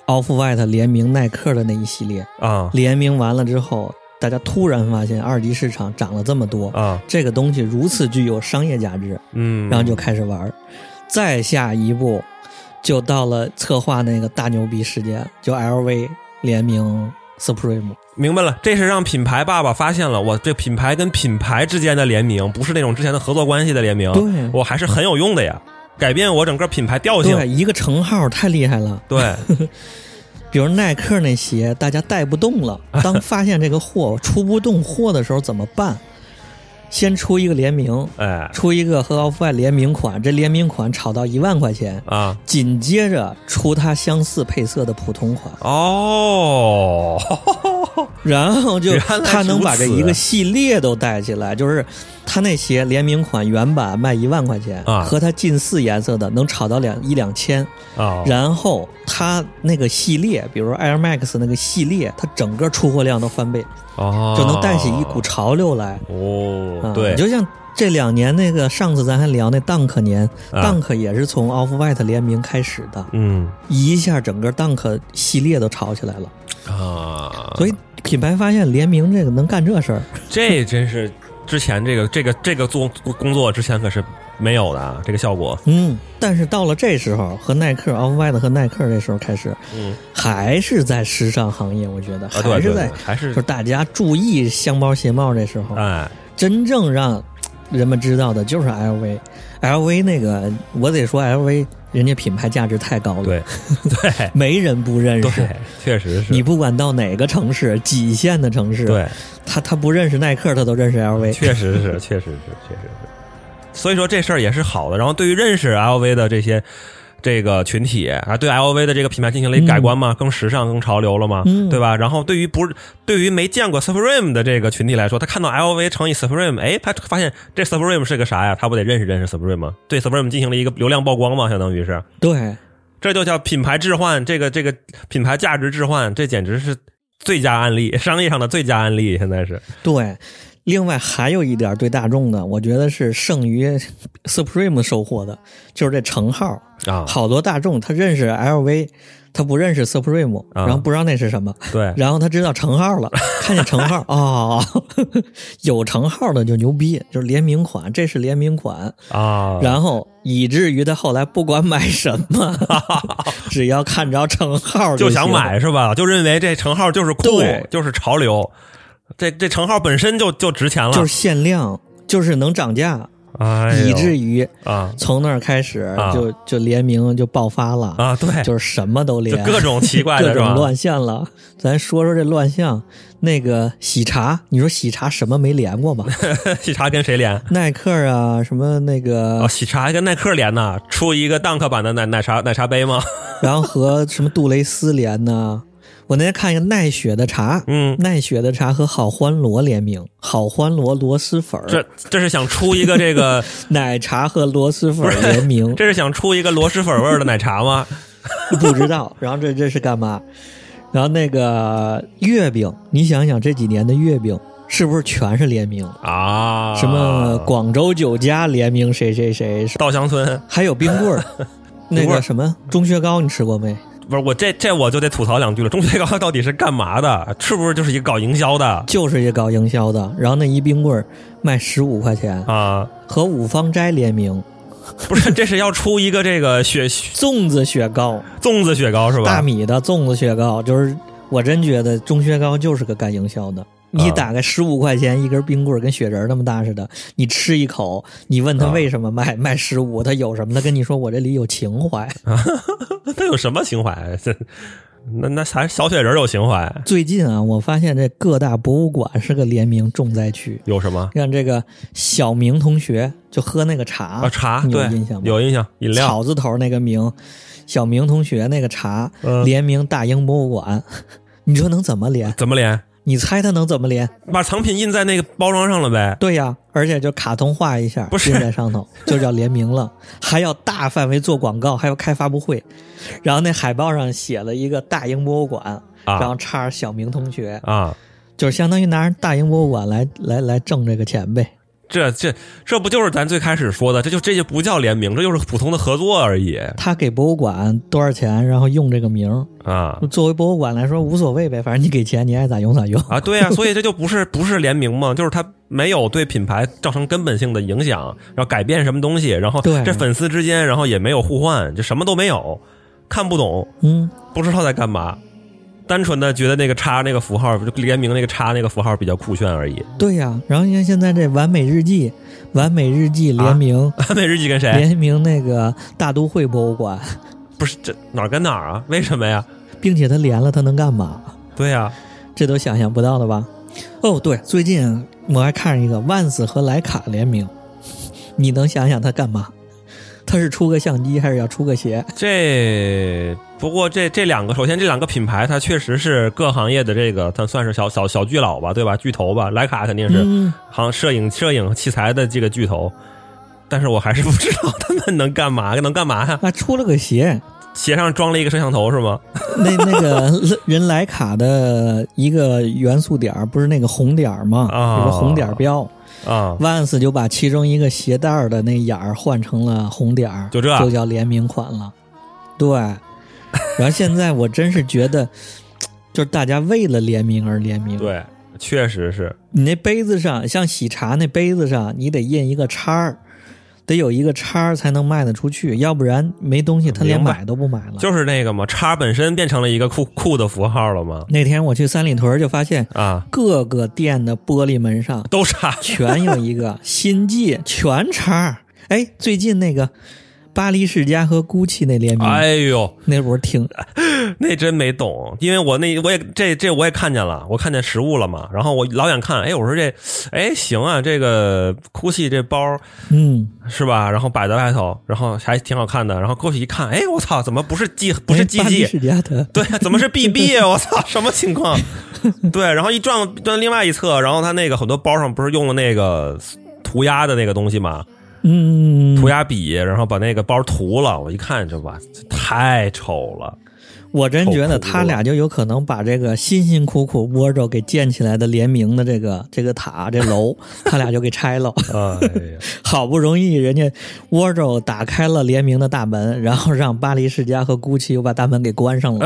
[SPEAKER 2] Off White 联名耐克的那一系列。
[SPEAKER 3] 啊
[SPEAKER 2] 联名完了之后，大家突然发现二级市场涨了这么多，
[SPEAKER 3] 啊，
[SPEAKER 2] 这个东西如此具有商业价值，
[SPEAKER 3] 嗯，
[SPEAKER 2] 然后就开始玩。儿。再下一步，就到了策划那个大牛逼事件，就 LV 联名 Supreme。
[SPEAKER 3] 明白了，这是让品牌爸爸发现了我这品牌跟品牌之间的联名，不是那种之前的合作关系的联名，
[SPEAKER 2] 对
[SPEAKER 3] 我还是很有用的呀，改变我整个品牌调性。哎
[SPEAKER 2] 对，一个乘号太厉害了。
[SPEAKER 3] 对，
[SPEAKER 2] 比如耐克那鞋，大家带不动了。当发现这个货出不动货的时候怎么办？先出一个联名，
[SPEAKER 3] 哎
[SPEAKER 2] 出一个和 Off White 联名款，这联名款炒到一万块钱，
[SPEAKER 3] 啊，
[SPEAKER 2] 紧接着出它相似配色的普通款，
[SPEAKER 3] 哦，
[SPEAKER 2] 然后就
[SPEAKER 3] 原来如此啊
[SPEAKER 2] 它能把这一个系列都带起来。就是它那鞋联名款原版卖一万块钱，
[SPEAKER 3] 啊
[SPEAKER 2] 和它近似颜色的能炒到两一两千，
[SPEAKER 3] 啊，
[SPEAKER 2] 然后它那个系列，比如说 Air Max 那个系列，它整个出货量都翻倍，
[SPEAKER 3] 哦，
[SPEAKER 2] 就能带起一股潮流来。
[SPEAKER 3] 哦
[SPEAKER 2] 啊，，
[SPEAKER 3] 对
[SPEAKER 2] 你，就像这两年那个上次咱还聊那 Dunk 年、
[SPEAKER 3] 啊
[SPEAKER 2] d u n k 也是从 Off White 联名开始的，
[SPEAKER 3] 嗯
[SPEAKER 2] 一下整个 Dunk 系列都炒起来了。
[SPEAKER 3] 啊，
[SPEAKER 2] 所以品牌发现联名这个能干这事儿，
[SPEAKER 3] 这真是之前这个这个这个做工作之前可是没有的啊，这个效果，
[SPEAKER 2] 嗯，但是到了这时候，和耐克、Off White 和耐克这时候开始，
[SPEAKER 3] 嗯
[SPEAKER 2] 还是在时尚行业，我觉得
[SPEAKER 3] 啊，
[SPEAKER 2] 还
[SPEAKER 3] 对对
[SPEAKER 2] 是
[SPEAKER 3] 对
[SPEAKER 2] 在，
[SPEAKER 3] 还是
[SPEAKER 2] 就是大家注意箱包鞋帽这时候。
[SPEAKER 3] 哎
[SPEAKER 2] 真正让人们知道的就是 LV。LV 那个，我得说 LV，人家品牌价值太高了，
[SPEAKER 3] 对 对
[SPEAKER 2] 没人不认识
[SPEAKER 3] 对。，确实是
[SPEAKER 2] 你不管到哪个城市，几线的城市，
[SPEAKER 3] 对。
[SPEAKER 2] 他他不认识耐克，他都认识 LV。
[SPEAKER 3] 确实是，确实是，确实是。所以说这事儿也是好的。然后对于认识 LV 的这些这个群体啊，对 LV 的这个品牌进行了一个改观嘛，更时尚、更潮流了嘛，
[SPEAKER 2] 嗯
[SPEAKER 3] 对吧？然后对于不是对于没见过 Supreme 的这个群体来说，他看到 LV 乘以 Supreme，哎，他发现这 Supreme 是个啥呀？他不得认识认识 Supreme 吗？对 Supreme 进行了一个流量曝光嘛，相当于是，
[SPEAKER 2] 对，
[SPEAKER 3] 这就叫品牌置换，这个这个品牌价值置换，这简直是最佳案例，商业上的最佳案例，现在是
[SPEAKER 2] 对。另外还有一点对大众的，我觉得是胜于 Supreme 收获的，就是这乘号。
[SPEAKER 3] 啊，
[SPEAKER 2] 好多大众他认识 LV，他不认识 Supreme，、
[SPEAKER 3] 啊
[SPEAKER 2] 然后不知道那是什么，
[SPEAKER 3] 对，
[SPEAKER 2] 然后他知道乘号 了，看见乘号哦， 有乘号的就牛逼，就是联名款，这是联名款。
[SPEAKER 3] 啊，
[SPEAKER 2] 然后以至于他后来不管买什 么，只要看着乘号
[SPEAKER 3] 就
[SPEAKER 2] 行
[SPEAKER 3] 想买。是吧？就认为这乘号就是酷
[SPEAKER 2] 对，
[SPEAKER 3] 就是潮流。这这乘号本身就就值钱了，
[SPEAKER 2] 就是限量，就是能涨价，
[SPEAKER 3] 哎呦
[SPEAKER 2] 以至于
[SPEAKER 3] 啊
[SPEAKER 2] 从那儿开始
[SPEAKER 3] 啊
[SPEAKER 2] 就、就联名就爆发了，
[SPEAKER 3] 啊，对，
[SPEAKER 2] 就是什么都
[SPEAKER 3] 就
[SPEAKER 2] 联，
[SPEAKER 3] 各种奇怪 的
[SPEAKER 2] 各
[SPEAKER 3] 是
[SPEAKER 2] 种
[SPEAKER 3] 吧？
[SPEAKER 2] 乱象了。咱说说这乱象，那个喜茶，你说喜茶什么没连 过吧？
[SPEAKER 3] 喜茶跟谁连？
[SPEAKER 2] 耐克啊，什么那个
[SPEAKER 3] 哦，，喜茶还跟耐克连呢，出一个 Dunk 版的奶奶茶奶茶杯吗？
[SPEAKER 2] 然后和什么杜蕾斯联呐，我那天看一个奈雪的茶，
[SPEAKER 3] 嗯，
[SPEAKER 2] 奈雪的茶和好欢螺联名，好欢螺螺蛳粉
[SPEAKER 3] 这
[SPEAKER 2] 儿，
[SPEAKER 3] 这是想出一个这 个，
[SPEAKER 2] 奶茶和螺蛳粉儿联名
[SPEAKER 3] 这是想出一个螺蛳粉味儿的奶茶吗？
[SPEAKER 2] 不知道。然后这这是干嘛？然后那个月饼，你想想这几年的月饼是不是全是联名？
[SPEAKER 3] 啊，
[SPEAKER 2] 什么广州酒家联名谁谁谁，
[SPEAKER 3] 稻香村？
[SPEAKER 2] 还有冰棍 儿，那
[SPEAKER 3] 冰棍
[SPEAKER 2] 个
[SPEAKER 3] 儿
[SPEAKER 2] 什么钟薛高，你吃过没？
[SPEAKER 3] 不是我这这我就得吐槽两句了。钟薛高到底是干嘛的？是不是就是一个搞营销的
[SPEAKER 2] 就是一搞营销的，然后那一冰棍儿卖十五块钱，
[SPEAKER 3] 啊？
[SPEAKER 2] 和五芳斋联名，
[SPEAKER 3] 不是，这是要出一个这个雪雪
[SPEAKER 2] 粽子雪糕，
[SPEAKER 3] 粽子雪糕是
[SPEAKER 2] 大
[SPEAKER 3] 吧？
[SPEAKER 2] 米的粽子雪糕，就是我真觉得钟薛高就是个干营销的。你
[SPEAKER 3] 啊
[SPEAKER 2] 打个十五块钱一根冰棍儿，跟雪人儿那么大似的，你吃一口，你问他
[SPEAKER 3] 啊
[SPEAKER 2] 为什么卖卖十五，他有什么？他跟你说我这里有情怀。
[SPEAKER 3] 他有什么情怀？ 这那那啥，小雪人有情怀？
[SPEAKER 2] 最近啊，我发现这各大博物馆是个联名重灾区。
[SPEAKER 3] 有什么
[SPEAKER 2] 像这个小明同学就喝那个茶
[SPEAKER 3] 啊？茶
[SPEAKER 2] 你有
[SPEAKER 3] 对
[SPEAKER 2] 印象吗？
[SPEAKER 3] 有印象，饮料
[SPEAKER 2] 草字头那个明，小明同学那个茶，
[SPEAKER 3] 嗯
[SPEAKER 2] 联名大英博物馆， 你说能怎么连？
[SPEAKER 3] 怎么连？
[SPEAKER 2] 你猜他能怎么连？
[SPEAKER 3] 把藏品印在那个包装上了呗？
[SPEAKER 2] 对呀，而且就卡通画一下，
[SPEAKER 3] 不是
[SPEAKER 2] 印在上头，就叫联名了，还要大范围做广告，还要开发布会，然后那海报上写了一个大英博物馆，然
[SPEAKER 3] 啊
[SPEAKER 2] 后插着小明同学，
[SPEAKER 3] 啊！
[SPEAKER 2] 就是相当于拿人大英博物馆来来来挣这个钱呗。
[SPEAKER 3] 这这这不就是咱最开始说的？这就这就不叫联名，这就是普通的合作而已
[SPEAKER 2] 他给博物馆多少钱，然后用这个名儿，
[SPEAKER 3] 啊！
[SPEAKER 2] 作为博物馆来说无所谓呗，反正你给钱，你爱咋用咋用。
[SPEAKER 3] 啊，对呀、所以这就不是不是联名嘛，就是它没有对品牌造成根本性的影响，然后改变什么东西，然后
[SPEAKER 2] 对
[SPEAKER 3] 这粉丝之间，然后也没有互换，就什么都没有，看不懂，
[SPEAKER 2] 嗯，
[SPEAKER 3] 不知道在干嘛，单纯的觉得那个叉那个符号，就联名那个叉那个符号比较酷炫而已。
[SPEAKER 2] 对呀、然后你看现在这完美日记，完美日记
[SPEAKER 3] 啊
[SPEAKER 2] 联名、
[SPEAKER 3] 完美日记跟谁？
[SPEAKER 2] 联名那个大都会博物馆，
[SPEAKER 3] 不是这哪儿跟哪儿啊？为什么呀？
[SPEAKER 2] 并且他连了，他能干嘛？
[SPEAKER 3] 对啊呀、
[SPEAKER 2] 这都想象不到的吧？哦，对，最近我还看一个万斯和徕卡联名，你能想想他干嘛？他是出个相机，还是要出个鞋？
[SPEAKER 3] 这不过这这两个，首先这两个品牌，它确实是各行业的这个，它算是小小小巨佬吧，对吧？巨头吧，徕卡肯定是。
[SPEAKER 2] 嗯，
[SPEAKER 3] 好像摄影摄影器材的这个巨头，但是我还是不知道他们能干嘛，能干嘛呀？
[SPEAKER 2] 啊，出了个鞋，
[SPEAKER 3] 鞋上装了一个摄像头是吗？
[SPEAKER 2] 那那个 人徕卡的一个元素点儿不是那个红点儿吗？
[SPEAKER 3] 啊
[SPEAKER 2] 有个红点儿标，
[SPEAKER 3] 啊、
[SPEAKER 2] 万斯就把其中一个鞋带儿的那眼儿换成了红点儿，
[SPEAKER 3] 就这
[SPEAKER 2] 就叫联名款了。对， 然后现在我真是觉得，就是大家为了联名而联名。，
[SPEAKER 3] 对，确实是
[SPEAKER 2] 你那杯子上，像喜茶那杯子上，你得印一个叉儿，得有一个叉儿才能卖得出去，要不然没东西，他连
[SPEAKER 3] 明白
[SPEAKER 2] 买都不买了。
[SPEAKER 3] 就是那个嘛，叉本身变成了一个酷酷的符号了嘛？
[SPEAKER 2] 那天我去三里屯儿就发现，
[SPEAKER 3] 啊，
[SPEAKER 2] 各个店的玻璃门上
[SPEAKER 3] 都叉
[SPEAKER 2] 全有一 个新纪全叉。哎，最近那个巴黎世家和 GUCCI 那联名，
[SPEAKER 3] 哎呦，
[SPEAKER 2] 那会儿挺
[SPEAKER 3] 那真没懂，因为我那我也这这我也看见了，我看见实物了嘛。然后我老远看，哎，我说这，哎行啊，这个 GUCCI 这包
[SPEAKER 2] 嗯，
[SPEAKER 3] 是吧？然后摆在外头，然后还挺好看的。然后 GUCCI 一看，哎我操，怎么不是 G 不是
[SPEAKER 2] 哎
[SPEAKER 3] GG？
[SPEAKER 2] 巴黎世家的，
[SPEAKER 3] 对，怎么 是 BB 呀？我操，什么情况？对，然后一转转另外一侧，然后他那个很多包上不是用了那个涂鸦的那个东西嘛，
[SPEAKER 2] 嗯，
[SPEAKER 3] 涂鸦笔，然后把那个包涂了。我一看这吧，这太丑了。
[SPEAKER 2] 我真觉
[SPEAKER 3] 啊
[SPEAKER 2] 得他俩就有可能把这个辛辛苦苦窝着给建起来的联名的这个这个塔这 楼，他俩就给拆了。
[SPEAKER 3] 哎呀，
[SPEAKER 2] 好不容易人家窝着打开了联名的大门，然后让巴黎世家和 GUCCI 又把大门给关上 了。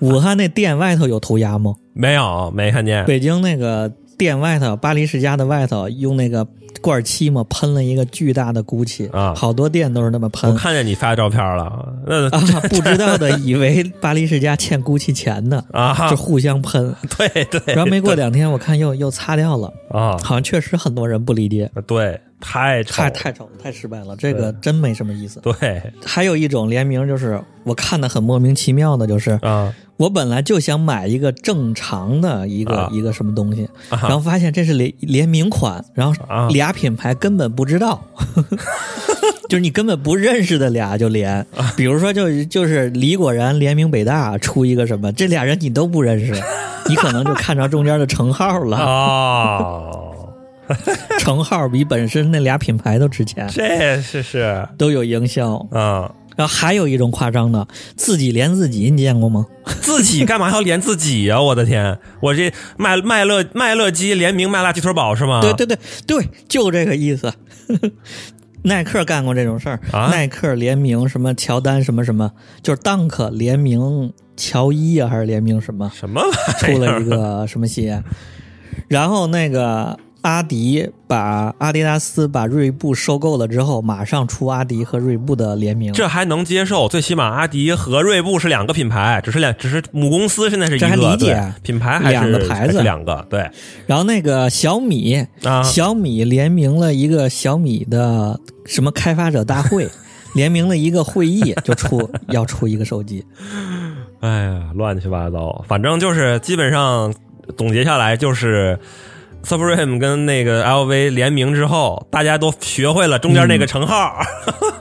[SPEAKER 2] 武汉那店外头有涂鸦吗？
[SPEAKER 3] 没有，没看见。
[SPEAKER 2] 北京那个店外头，巴黎世家的外头用那个罐漆嘛，喷了一个巨大的 GUCCI，、
[SPEAKER 3] 啊
[SPEAKER 2] 好多店都是那么
[SPEAKER 3] 我
[SPEAKER 2] 喷。
[SPEAKER 3] 看见你发照片了， 那
[SPEAKER 2] 啊，不知道的以为巴黎世家欠 GUCCI 钱呢，
[SPEAKER 3] 啊
[SPEAKER 2] 就，互相喷。
[SPEAKER 3] 对对，
[SPEAKER 2] 然后没过两天，我看又又擦掉了，
[SPEAKER 3] 啊，
[SPEAKER 2] 好像确实很多人不理解，
[SPEAKER 3] 对，太丑
[SPEAKER 2] 太
[SPEAKER 3] 了，
[SPEAKER 2] 太丑了，太失败了，这个真没什么意思。
[SPEAKER 3] 对
[SPEAKER 2] 还有一种联名，就是我看的很莫名其妙的，就是
[SPEAKER 3] 啊
[SPEAKER 2] 我本来就想买一个正常的一个、
[SPEAKER 3] 啊
[SPEAKER 2] 一个什么东西，
[SPEAKER 3] 啊
[SPEAKER 2] 然后发现这是联联名款，然后
[SPEAKER 3] 啊
[SPEAKER 2] 俩品牌根本不知道， 就是你根本不认识的俩就联，
[SPEAKER 3] 啊
[SPEAKER 2] 比如说就就是李果然联名北大出一个什么，这俩人你都不认识， 你可能就看着中间的乘号
[SPEAKER 3] 啊
[SPEAKER 2] 了，
[SPEAKER 3] 哦，
[SPEAKER 2] 乘号比本身那俩品牌都值钱，
[SPEAKER 3] 这是是
[SPEAKER 2] 都有营销，
[SPEAKER 3] 啊
[SPEAKER 2] 然后还有一种夸张的，自己连自己，你见过吗？
[SPEAKER 3] 自己干嘛要连自己呀、我的天，我这麦麦乐麦乐鸡联名麦辣鸡腿堡是吗？
[SPEAKER 2] 对对对对，就这个意思。 耐克干过这种事儿，
[SPEAKER 3] 啊
[SPEAKER 2] 耐克联名什么乔丹什么什么，就是 Dunk 联名乔伊啊，还是联名什 么？
[SPEAKER 3] 什么玩
[SPEAKER 2] 出
[SPEAKER 3] 意
[SPEAKER 2] 了
[SPEAKER 3] 儿
[SPEAKER 2] 一？个什么鞋，然后那个阿迪把阿迪达斯把锐步收购了之后，马上出阿迪和锐步的联名，
[SPEAKER 3] 这还能接受，最起码阿迪和锐步是两个品牌，只是两，只是母公司现在是一
[SPEAKER 2] 这还
[SPEAKER 3] 个，
[SPEAKER 2] 理解
[SPEAKER 3] 对，品牌还是
[SPEAKER 2] 两个牌子
[SPEAKER 3] 还是两个，对
[SPEAKER 2] 然后那个小米，
[SPEAKER 3] 啊，
[SPEAKER 2] 小米联名了一个小米的什么开发者大会， 联名了一个会议，就出要出一个手机，
[SPEAKER 3] 哎呀，乱七八糟，反正就是基本上总结下来就是。Supreme 跟那个 LV 联名之后，大家都学会了中间那个乘号。
[SPEAKER 2] 嗯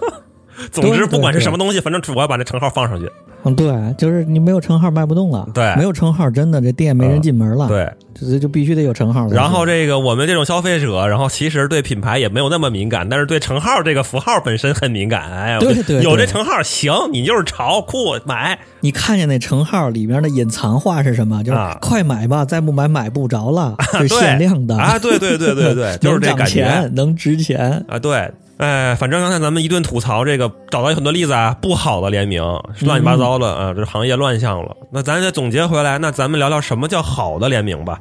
[SPEAKER 3] 总
[SPEAKER 2] 对
[SPEAKER 3] 之，
[SPEAKER 2] 对
[SPEAKER 3] 不管是
[SPEAKER 2] 对
[SPEAKER 3] 什么东西，反正我要把那乘号放上去。
[SPEAKER 2] 嗯，对，就是你没有称号卖不动了，
[SPEAKER 3] 对嗯
[SPEAKER 2] 没有称号真的这店没人进门了，
[SPEAKER 3] 对，
[SPEAKER 2] 就，这就嗯必须得有称号才行。
[SPEAKER 3] 然后这个我们这种消费者，然后其实对品牌也没有那么敏感，但是对乘号这个符号本身很敏感。哎呀，
[SPEAKER 2] 对对
[SPEAKER 3] 有这
[SPEAKER 2] 对
[SPEAKER 3] 乘号行，你就是潮酷买。
[SPEAKER 2] 你看见那乘号里面的隐藏话是什么？就是
[SPEAKER 3] 啊
[SPEAKER 2] 快买吧，再不买买不着了，是限量的
[SPEAKER 3] 啊！对对对对 对，就是这
[SPEAKER 2] 能
[SPEAKER 3] 感
[SPEAKER 2] 涨
[SPEAKER 3] 觉
[SPEAKER 2] 钱，能值钱。
[SPEAKER 3] 啊！对，哎，反正刚才咱们一顿吐槽，这个找到有很多例子啊，不好的联名，乱七八糟的啊，这行业乱象了。那咱再总结回来，那咱们聊聊什么叫好的联名吧。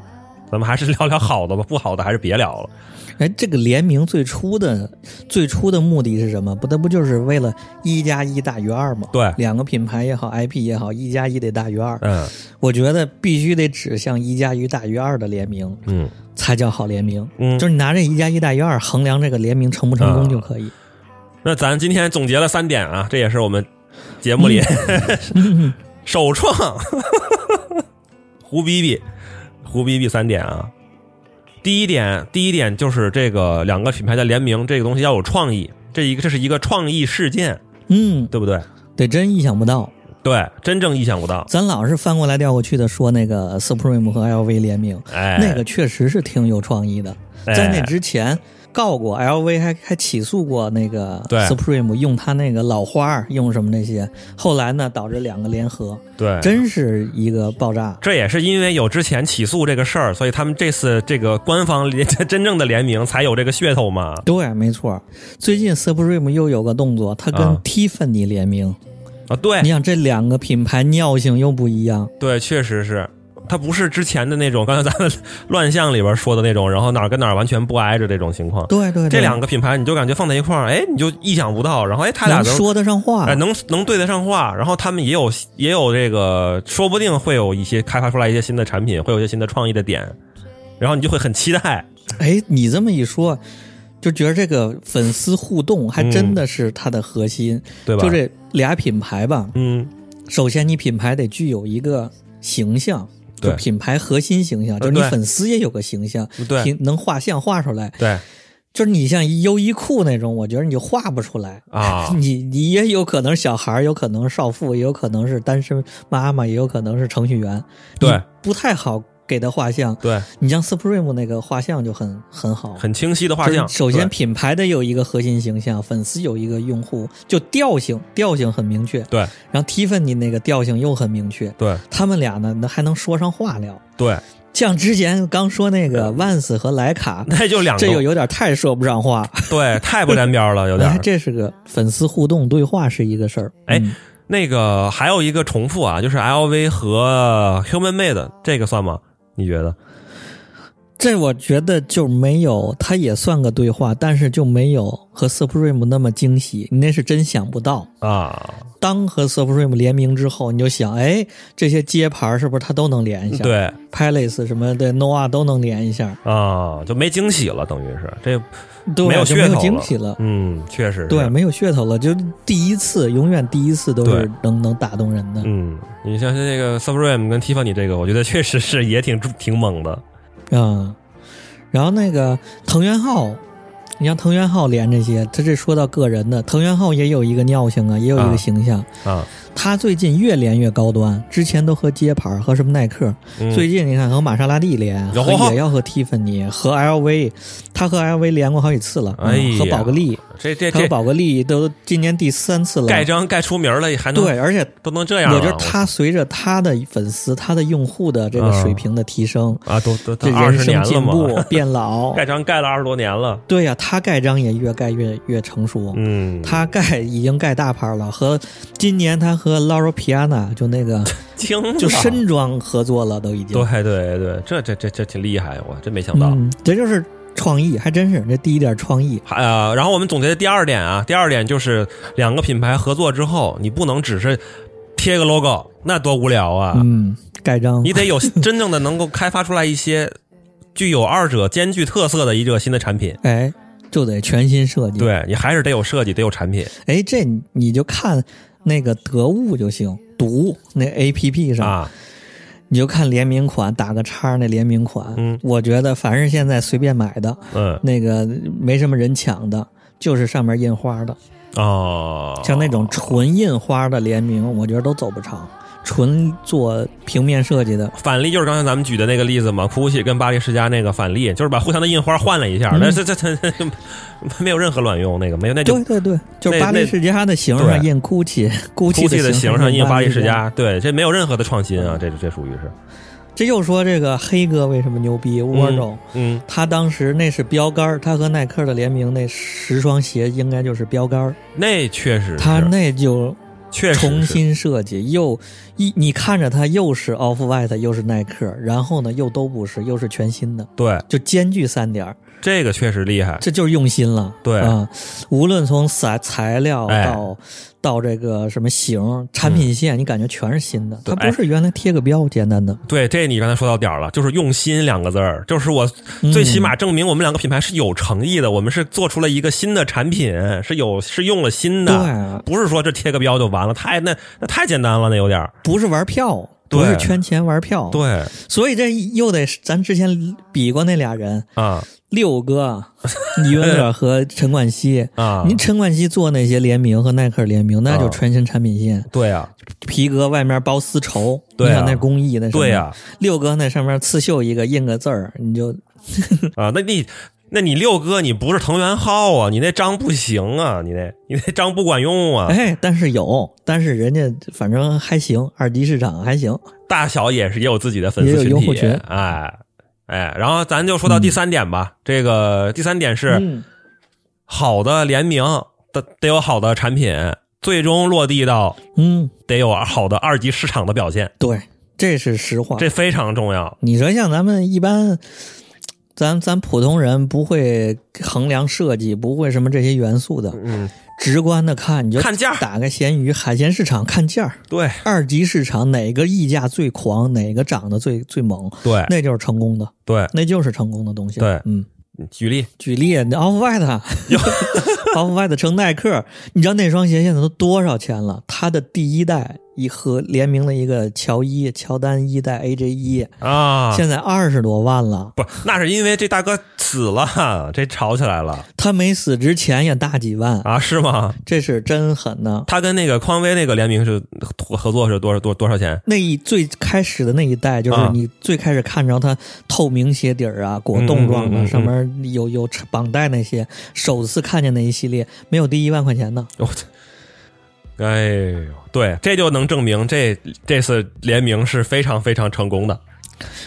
[SPEAKER 3] 咱们还是 聊聊好的吧，不好的还是别聊了。
[SPEAKER 2] 哎，这个联名最初的最初的目的是什么？不得不就是为了一加一大于二嘛？
[SPEAKER 3] 对
[SPEAKER 2] 两个品牌也好，IP 也好，一加一得大于二。
[SPEAKER 3] 嗯
[SPEAKER 2] 我觉得必须得指向一加一大于二的联名
[SPEAKER 3] 嗯
[SPEAKER 2] 才叫好联名。
[SPEAKER 3] 嗯，
[SPEAKER 2] 就是你拿这一加一大于二衡量这个联名成不成功就可以。
[SPEAKER 3] 那咱今天总结了三点啊，这也是我们节目里、
[SPEAKER 2] 嗯
[SPEAKER 3] 首创胡逼逼胡逼逼三点啊。第一点，第一点就是这个两个品牌的联名，这个东西要有创意，这一个这是一个创意事件，
[SPEAKER 2] 嗯，
[SPEAKER 3] 对不对？
[SPEAKER 2] 得真意想不到。
[SPEAKER 3] 对，真正意想不到。
[SPEAKER 2] 咱老是翻过来调过去的说那个 Supreme 和 LV 联名，
[SPEAKER 3] 哎，
[SPEAKER 2] 那个确实是挺有创意的。
[SPEAKER 3] 哎
[SPEAKER 2] 在那之前告过 LV，还还起诉过那个
[SPEAKER 3] 对
[SPEAKER 2] Supreme 用他那个老花儿用什么那些，后来呢导致两个联合，
[SPEAKER 3] 对，
[SPEAKER 2] 真是一个爆炸。
[SPEAKER 3] 这也是因为有之前起诉这个事儿，所以他们这次这个官方联 真正的联名才有这个噱头嘛。
[SPEAKER 2] 对，没错。最近 Supreme 又有个动作，它跟
[SPEAKER 3] 啊
[SPEAKER 2] Tiffany 联名。
[SPEAKER 3] 啊，对，
[SPEAKER 2] 你想，这两个品牌尿性又不一样。
[SPEAKER 3] 对，确实是，它不是之前的那种，刚才咱们 乱象里边说的那种，然后哪儿跟哪儿完全不挨着这种情况。
[SPEAKER 2] 对对对，
[SPEAKER 3] 这两个品牌，你就感觉放在一块儿，哎，你就意想不到，然后哎，他俩
[SPEAKER 2] 能
[SPEAKER 3] 能
[SPEAKER 2] 说啊得上话。
[SPEAKER 3] 哎能能对得上话，然后他们也有也有这个，说不定会有一些开发出来一些新的产品，会有一些新的创意的点，然后你就会很期待。
[SPEAKER 2] 哎，你这么一说，就觉得这个粉丝互动还真的是它的核心，
[SPEAKER 3] 对嗯吧
[SPEAKER 2] 就这俩品牌吧，
[SPEAKER 3] 嗯，
[SPEAKER 2] 首先你品牌得具有一个形象。就
[SPEAKER 3] 对
[SPEAKER 2] 品牌核心形象，
[SPEAKER 3] 呃
[SPEAKER 2] 就是你
[SPEAKER 3] 对
[SPEAKER 2] 粉丝也有个形象，
[SPEAKER 3] 对
[SPEAKER 2] 平能画像画出来。
[SPEAKER 3] 对
[SPEAKER 2] 就是你像优衣库那种，我觉得你就画不出来。，
[SPEAKER 3] 啊
[SPEAKER 2] 你你也有可能是小孩儿，有可能是少妇，也有可能是单身妈妈，也有可能是程序员。
[SPEAKER 3] 对，
[SPEAKER 2] 不太好给他画像。
[SPEAKER 3] 对，
[SPEAKER 2] 你像 Supreme 那个画像就很很好，
[SPEAKER 3] 很清晰的画像。
[SPEAKER 2] 就是首先
[SPEAKER 3] 对
[SPEAKER 2] 品牌得有一个核心形象，粉丝有一个用户，就调性调性很明确。
[SPEAKER 3] 对
[SPEAKER 2] 然后 Tiffany 那个调性又很明确，
[SPEAKER 3] 对
[SPEAKER 2] 他们俩呢那还能说上话聊。
[SPEAKER 3] 对，
[SPEAKER 2] 像之前刚说那个 Vans 和莱卡，
[SPEAKER 3] 那就两
[SPEAKER 2] 这又
[SPEAKER 3] 个，
[SPEAKER 2] 有点太说不上话，
[SPEAKER 3] 对，太不沾边了，有点
[SPEAKER 2] 哎
[SPEAKER 3] 儿。
[SPEAKER 2] 这是个粉丝互动对话是一个事儿。
[SPEAKER 3] 哎
[SPEAKER 2] 嗯
[SPEAKER 3] 那个还有一个重复啊，就是 LV 和 Human Made 这个算吗？你觉得？
[SPEAKER 2] 这我觉得就没有，它也算个对话，但是就没有和 Supreme 那么惊喜，你那是真想不到。
[SPEAKER 3] 啊，
[SPEAKER 2] 当和 Supreme 联名之后，你就想，哎，这些街牌是不是它都能连一下？
[SPEAKER 3] 对
[SPEAKER 2] ，Palace 什么的 Noah 都能连一下，
[SPEAKER 3] 啊，就没惊喜了，等于是这，
[SPEAKER 2] 对，
[SPEAKER 3] 没有
[SPEAKER 2] 就
[SPEAKER 3] 噱
[SPEAKER 2] 没有
[SPEAKER 3] 头
[SPEAKER 2] 惊
[SPEAKER 3] 了
[SPEAKER 2] 喜了。
[SPEAKER 3] 嗯，确实是
[SPEAKER 2] 对，，没有噱头了，就第一次，永远第一次都是
[SPEAKER 3] 对
[SPEAKER 2] 能能打动人的。
[SPEAKER 3] 嗯，你像这个 Supreme 跟 Tiffany 这个，我觉得确实是也挺挺猛的，
[SPEAKER 2] 嗯，然后那个藤原浩，你像藤原浩连这些，他这说到个人的，藤原浩也有一个尿性啊，也有一
[SPEAKER 3] 啊
[SPEAKER 2] 个形象。
[SPEAKER 3] 啊，
[SPEAKER 2] 他最近越连越高端，之前都和街牌儿和什么耐克，
[SPEAKER 3] 嗯
[SPEAKER 2] 最近你看和玛莎拉蒂连，
[SPEAKER 3] 有
[SPEAKER 2] 和也要和 Tiffany 和 LV，他和 LV 连过好几次了，
[SPEAKER 3] 哎呀
[SPEAKER 2] 嗯和宝格丽，
[SPEAKER 3] 这这
[SPEAKER 2] 还有
[SPEAKER 3] 这
[SPEAKER 2] 宝格丽都今年第三次了。
[SPEAKER 3] 盖章盖出名了，还能
[SPEAKER 2] 对，而且
[SPEAKER 3] 都能这
[SPEAKER 2] 我
[SPEAKER 3] 样啊了，
[SPEAKER 2] 觉得他随着他的粉丝、他的用户的这个水平的提升，
[SPEAKER 3] 啊，都都
[SPEAKER 2] 这
[SPEAKER 3] 都嗯二
[SPEAKER 2] 人
[SPEAKER 3] 十年
[SPEAKER 2] 生
[SPEAKER 3] 了
[SPEAKER 2] 进 步
[SPEAKER 3] 嘛，
[SPEAKER 2] 变老
[SPEAKER 3] 盖，章盖了二十多年了，
[SPEAKER 2] 对呀、他盖章也越盖越越成熟。
[SPEAKER 3] 嗯，
[SPEAKER 2] 他盖已经盖大牌了，和今年他和 Laura Piana 就那 个
[SPEAKER 3] 听了
[SPEAKER 2] 就深装合作了，都已经。
[SPEAKER 3] 啊对对对，这这这这挺厉害，我真没想到。
[SPEAKER 2] 嗯，这就是创意，还真是这第一点创意。
[SPEAKER 3] 还呃，然后我们总结的第二点啊，第二点就是两个品牌合作之后，你不能只是贴个 logo，那多无聊啊！
[SPEAKER 2] 嗯，盖章
[SPEAKER 3] 你得有 真正的能够开发出来一些具有二者兼具特色的一个新的产品。
[SPEAKER 2] 哎，就得全新设计。，
[SPEAKER 3] 对你还是得有设计，得有产品。
[SPEAKER 2] 哎，这你你就看那个得物就行，读那 A P P 上，
[SPEAKER 3] 啊，
[SPEAKER 2] 你就看联名款，打个叉儿那联名款。
[SPEAKER 3] 嗯
[SPEAKER 2] 我觉得凡是现在随便买的，
[SPEAKER 3] 嗯
[SPEAKER 2] 那个没什么人抢的，就是上面印花的，
[SPEAKER 3] 哦，
[SPEAKER 2] 像那种纯印花的联名，我觉得都走不长。纯做平面设计的，
[SPEAKER 3] 反例就是刚才咱们举的那个例子嘛，库奇跟巴黎世家那个反例，就是把互相的印花换了一下，
[SPEAKER 2] 嗯
[SPEAKER 3] 但是 这这这没有任何卵用，那个没有，那就
[SPEAKER 2] 对对对，就是
[SPEAKER 3] 那
[SPEAKER 2] 巴黎
[SPEAKER 3] 那
[SPEAKER 2] 世家的形上
[SPEAKER 3] 对
[SPEAKER 2] 印 GUCCI，GUCCI
[SPEAKER 3] GUCCI 的
[SPEAKER 2] 形
[SPEAKER 3] 形上印巴
[SPEAKER 2] 巴
[SPEAKER 3] 黎世
[SPEAKER 2] 家。
[SPEAKER 3] 家，对，这没有任何的创新啊，这这属于是，
[SPEAKER 2] 这又说这个黑哥为什么牛逼？Wardle，、
[SPEAKER 3] 嗯，
[SPEAKER 2] 他当时那是标杆儿，他和耐克的联名那十双鞋应该就是标杆儿，
[SPEAKER 3] 那确实是，
[SPEAKER 2] 他那就
[SPEAKER 3] 确实是
[SPEAKER 2] 重新设计，又一你看着他又是 Off White 又是耐克，然后呢又都不是，又是全新的，
[SPEAKER 3] 对
[SPEAKER 2] 就兼具三点儿，
[SPEAKER 3] 这个确实厉害，
[SPEAKER 2] 这就是用心了。
[SPEAKER 3] 对
[SPEAKER 2] 啊、无论从材材料
[SPEAKER 3] 哎嗯
[SPEAKER 2] 到、到这个什么型、产品线，你感觉全是新的，它
[SPEAKER 3] 对哎
[SPEAKER 2] 不是原来贴个标简单的。
[SPEAKER 3] 对，这你刚才说到点儿了，就是用心两个字儿，就是我最起码证明我们两个品牌是有诚意的，我们是做出了一个新的产品，是有是用了心
[SPEAKER 2] 对
[SPEAKER 3] 的，
[SPEAKER 2] 啊，
[SPEAKER 3] 不是说这贴个标就完了，太那那太简单了，那有点儿
[SPEAKER 2] 不是玩票，
[SPEAKER 3] 对
[SPEAKER 2] 不是圈钱玩票，，
[SPEAKER 3] 对
[SPEAKER 2] 所以这又得是咱之前比过那俩人，
[SPEAKER 3] 啊
[SPEAKER 2] 六 哥、倪云乐和陈冠希。
[SPEAKER 3] 啊，
[SPEAKER 2] 您陈冠希做那些联名和耐克联名，那就
[SPEAKER 3] 啊
[SPEAKER 2] 全新产品线，
[SPEAKER 3] 对啊
[SPEAKER 2] 皮革外面包丝绸，
[SPEAKER 3] 对啊
[SPEAKER 2] 你想那工艺那什么
[SPEAKER 3] 对啊呀
[SPEAKER 2] 六哥那上面刺绣一个印个字儿，你就
[SPEAKER 3] 啊，那你。那你六哥，你不是藤原浩啊？你那章不行啊，你那你那章不管用啊。
[SPEAKER 2] 哎，但是有，但是人家反正还行，二级市场还行，
[SPEAKER 3] 大小也是也有自己的粉丝
[SPEAKER 2] 也有
[SPEAKER 3] 群
[SPEAKER 2] 用户
[SPEAKER 3] 体，
[SPEAKER 2] 群
[SPEAKER 3] 哎哎，然后咱就说到第三点吧。这个第三点是、
[SPEAKER 2] 嗯
[SPEAKER 3] 好的联名得得有好的产品，最终落地到
[SPEAKER 2] 嗯，
[SPEAKER 3] 得有好的二级市场的表现，
[SPEAKER 2] 对，这是实话，
[SPEAKER 3] 这非常重要。
[SPEAKER 2] 你说像咱们一般，咱咱普通人不会衡量设计，不会什么这些元素的，
[SPEAKER 3] 嗯，
[SPEAKER 2] 直观的看，你就
[SPEAKER 3] 看价儿
[SPEAKER 2] 打个闲鱼海鲜市场看价儿，
[SPEAKER 3] 对
[SPEAKER 2] 二级市场哪个溢价最狂，哪个涨得最最猛，
[SPEAKER 3] 对
[SPEAKER 2] 那就是成功的，
[SPEAKER 3] 对，
[SPEAKER 2] 那就是成功的东西。
[SPEAKER 3] 哎对
[SPEAKER 2] 嗯，
[SPEAKER 3] 举例
[SPEAKER 2] 举例，Off White，Off White 成耐克，你知道那双鞋现在都多少钱了？它的第一代一和联名了一个乔伊乔丹一代 AJ 一，
[SPEAKER 3] 啊，
[SPEAKER 2] 现在二十多万了。
[SPEAKER 3] 不，那是因为这大哥死了，这吵起来了
[SPEAKER 2] 他没死之前也大几万，
[SPEAKER 3] 啊，是吗？
[SPEAKER 2] 这是真狠呐！
[SPEAKER 3] 他跟那个匡威那个联名是合合作是多少多多少钱？
[SPEAKER 2] 那一最开始的那一代，就是
[SPEAKER 3] 啊
[SPEAKER 2] 你最开始看着它透明鞋底儿啊、果冻状的，
[SPEAKER 3] 嗯嗯嗯嗯嗯
[SPEAKER 2] 上面有有绑带那些，首次看见那一系列，没有第一万块钱的。
[SPEAKER 3] 我操！哎呦，对，这就能证明这这次联名是非常非常成功的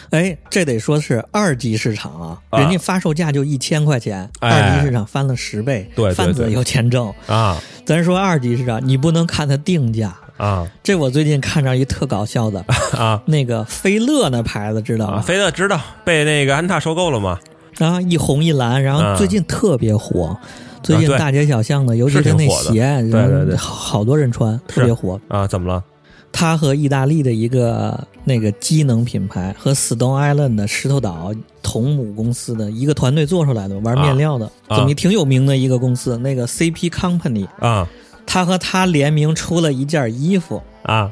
[SPEAKER 2] 哎，这得说是二级市场啊，
[SPEAKER 3] 啊
[SPEAKER 2] 人家发售价就一千块钱，
[SPEAKER 3] 哎
[SPEAKER 2] 二级市场翻了十倍，
[SPEAKER 3] 对对
[SPEAKER 2] 翻子
[SPEAKER 3] 对
[SPEAKER 2] 有钱挣。
[SPEAKER 3] 啊
[SPEAKER 2] 咱说二级市场，你不能看它定价。
[SPEAKER 3] 啊
[SPEAKER 2] 这我最近看上一特搞笑的，
[SPEAKER 3] 啊
[SPEAKER 2] 那个菲乐那牌子知道
[SPEAKER 3] 啊！
[SPEAKER 2] 吗？
[SPEAKER 3] 菲乐知道被那个安踏收购了吗？
[SPEAKER 2] 啊，一红一蓝，然后
[SPEAKER 3] 嗯啊
[SPEAKER 2] 最近特别火，最近
[SPEAKER 3] 对
[SPEAKER 2] 大街小巷的，尤其是那
[SPEAKER 3] 是挺
[SPEAKER 2] 鞋，然后
[SPEAKER 3] 对对对
[SPEAKER 2] 好好多人穿，特别火。
[SPEAKER 3] 啊，怎么了？
[SPEAKER 2] 它和意大利的一个那个机能品牌和 Stone Island 的石头岛同母公司的一个团队做出来的，玩
[SPEAKER 3] 啊
[SPEAKER 2] 面料的，
[SPEAKER 3] 啊
[SPEAKER 2] 怎么也挺有名的一个公司，那个 CP Company，
[SPEAKER 3] 啊
[SPEAKER 2] 它和它联名出了一件衣服，
[SPEAKER 3] 啊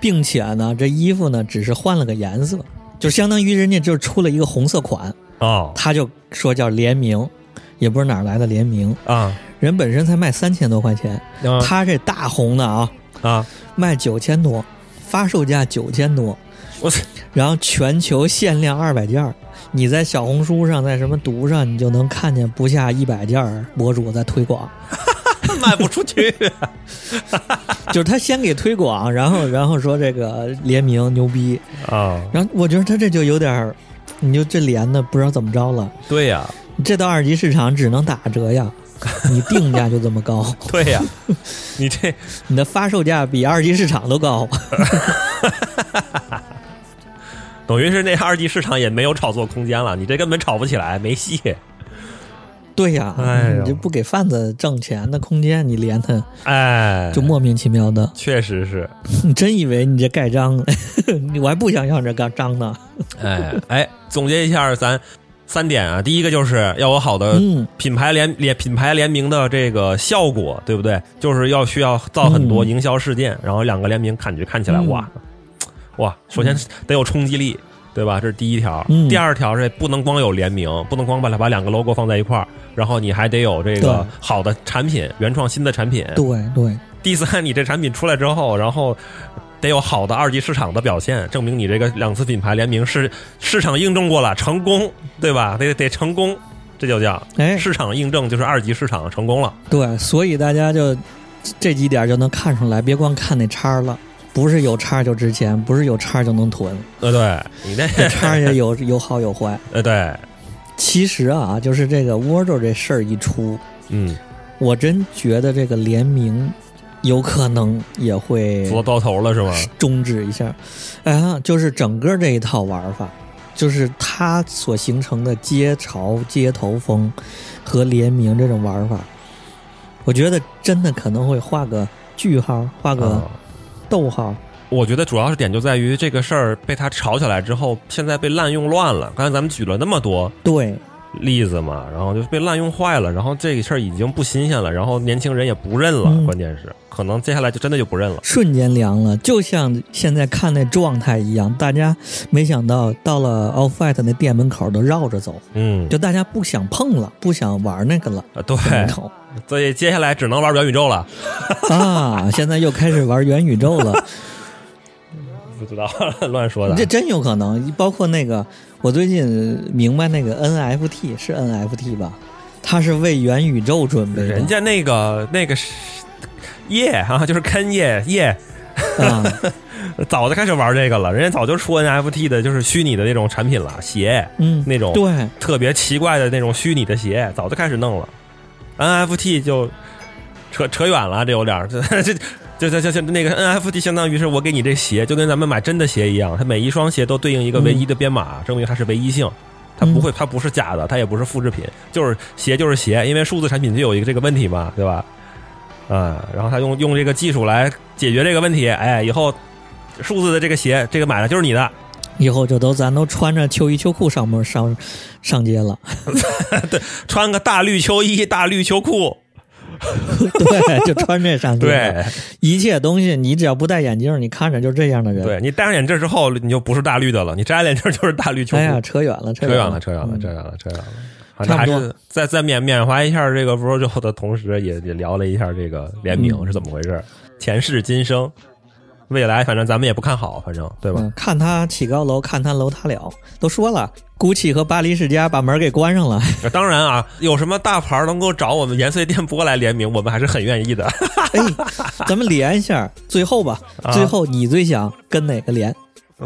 [SPEAKER 2] 并且呢，这衣服呢只是换了个颜色，就相当于人家就出了一个红色款，
[SPEAKER 3] 哦
[SPEAKER 2] 他就说叫联名，也不知道哪儿来的联名，
[SPEAKER 3] 啊
[SPEAKER 2] 人本身才卖三千多块钱，他这大红的啊，
[SPEAKER 3] 啊
[SPEAKER 2] 卖九千多，发售价九千多，
[SPEAKER 3] 我操，
[SPEAKER 2] 然后全球限量二百件儿，你在小红书上，在什么读上，你就能看见不下一百件儿博主在推广，
[SPEAKER 3] 卖不出去。
[SPEAKER 2] 就是他先给推广，然后然后说这个联名牛逼，
[SPEAKER 3] 啊，
[SPEAKER 2] 然后我觉得他这就有点儿，你就这连的不知道怎么着了，
[SPEAKER 3] 对呀、
[SPEAKER 2] 你这到二级市场只能打折呀， 你定价就这么高，
[SPEAKER 3] 对呀、你这
[SPEAKER 2] 你的发售价比二级市场都高，
[SPEAKER 3] 等于是那二级市场也没有炒作空间了，你这根本炒不起来，没戏。
[SPEAKER 2] 对呀，
[SPEAKER 3] 哎呦
[SPEAKER 2] 你就不给贩子挣钱的空间，你连他
[SPEAKER 3] 哎，
[SPEAKER 2] 就莫名其妙的。
[SPEAKER 3] 确实是，
[SPEAKER 2] 你真以为你这盖章， 你我还不想要你这盖章呢。
[SPEAKER 3] 哎哎，总结一下咱三点啊，第一个就是要有好的
[SPEAKER 2] 嗯
[SPEAKER 3] 品牌联联品牌联名的这个效果，对不对？就是要需要造很多
[SPEAKER 2] 嗯
[SPEAKER 3] 营销事件，然后两个联名感觉看起来
[SPEAKER 2] 嗯
[SPEAKER 3] 哇哇，首先得有冲击力，对吧？这是第一条。
[SPEAKER 2] 嗯
[SPEAKER 3] 第二条是不能光有联名，不能光把它把两个 logo 放在一块儿，然后你还得有这
[SPEAKER 2] 对
[SPEAKER 3] 个好的产品，原创新的产品。
[SPEAKER 2] 对对，
[SPEAKER 3] 第三，你这产品出来之后，然后得有好的二级市场的表现，证明你这个两次品牌联名是市场印证过了，成功，对吧？得得成功，这就叫
[SPEAKER 2] 哎，
[SPEAKER 3] 市场印证，就是二级市场成功了。
[SPEAKER 2] 对，所以大家就这几点就能看出来，别光看那叉儿了，不是有叉儿就值钱，不是有叉儿就能囤，
[SPEAKER 3] 呃， 对你
[SPEAKER 2] 这
[SPEAKER 3] 这
[SPEAKER 2] 叉儿也有 有好有坏。
[SPEAKER 3] 呃，对，
[SPEAKER 2] 其实啊，就是这个 Wardrobe 这事儿一出，
[SPEAKER 3] 嗯，
[SPEAKER 2] 我真觉得这个联名有可能也会
[SPEAKER 3] 做到头了是吗？
[SPEAKER 2] 终止一下。哎呀，就是整个这一套玩法，就是它所形成的街潮、街头风和联名这种玩法，我觉得真的可能会画个句号，画个
[SPEAKER 3] 啊
[SPEAKER 2] 逗号。
[SPEAKER 3] 我觉得主要是点就在于这个事儿被他炒起来之后，现在被滥用乱了。刚才咱们举了那么多
[SPEAKER 2] 对，
[SPEAKER 3] 例子嘛，然后就被滥用坏了，然后这个事儿已经不新鲜了，然后年轻人也不认了，
[SPEAKER 2] 嗯
[SPEAKER 3] 关键是可能接下来就真的就不认了。
[SPEAKER 2] 瞬间凉了，就像现在看那状态一样，大家没想到到了 Off White 那店门口都绕着走，
[SPEAKER 3] 嗯，
[SPEAKER 2] 就大家不想碰了，不想玩那个了。
[SPEAKER 3] 啊对，
[SPEAKER 2] 门口
[SPEAKER 3] 所以接下来只能玩元宇宙了。
[SPEAKER 2] 啊，现在又开始玩元宇宙了。
[SPEAKER 3] 不知道 乱说的
[SPEAKER 2] 这，真有可能，包括那个，我最近明白那个 NFT 是 NFT 吧？它是为元宇宙准备的，
[SPEAKER 3] 人家那个那个是叶啊，就是坑叶叶，
[SPEAKER 2] 啊，
[SPEAKER 3] 早就开始玩这个了，人家早就出 NFT 的，就是虚拟的那种产品了，鞋
[SPEAKER 2] 嗯，
[SPEAKER 3] 那种
[SPEAKER 2] 对，
[SPEAKER 3] 特别奇怪的那种虚拟的鞋，早就开始弄了。NFT 就扯扯远了，这有点儿这 这。就就就就那个 NFT 相当于是我给你这鞋，就跟咱们买真的鞋一样，它每一双鞋都对应一个唯一的编码，证明它是唯一性，它不会它不是假的，它也不是复制品，就是鞋就是鞋，因为数字产品就有一个这个问题嘛，对吧？啊、然后他用用这个技术来解决这个问题，哎，以后数字的这个鞋，这个买了就是你的，
[SPEAKER 2] 以后就都咱都穿着秋衣秋裤上门上上街了，
[SPEAKER 3] 穿个大绿秋衣、大绿秋裤，
[SPEAKER 2] 对，就穿这上街，
[SPEAKER 3] 对，
[SPEAKER 2] 一切东西你只要不戴眼镜，你看着就这样的人，
[SPEAKER 3] 对你戴上眼镜之后，你就不是大绿的了，你摘了眼镜就是大绿秋裤。
[SPEAKER 2] 哎呀，扯远了，
[SPEAKER 3] 扯
[SPEAKER 2] 远
[SPEAKER 3] 远
[SPEAKER 2] 了，
[SPEAKER 3] 了，扯远了，
[SPEAKER 2] 嗯
[SPEAKER 3] 扯远了，扯远了。啊
[SPEAKER 2] 差
[SPEAKER 3] 那
[SPEAKER 2] 不
[SPEAKER 3] 还
[SPEAKER 2] 多
[SPEAKER 3] 是在在缅缅怀一下这个 Virgil 的同时，也也聊了一下这个联名
[SPEAKER 2] 嗯
[SPEAKER 3] 是怎么回事，前世今生，未来反正咱们也不看好，反正对吧
[SPEAKER 2] 嗯？看他起高楼，看他楼塌了，都说了，GUCCI 和巴黎世家把门给关上了，
[SPEAKER 3] 那当然啊，有什么大牌能够找我们延绥电波来联名，我们还是很愿意的。
[SPEAKER 2] 哎，咱们连一下，最后吧，
[SPEAKER 3] 啊
[SPEAKER 2] 最后你最想跟哪个连？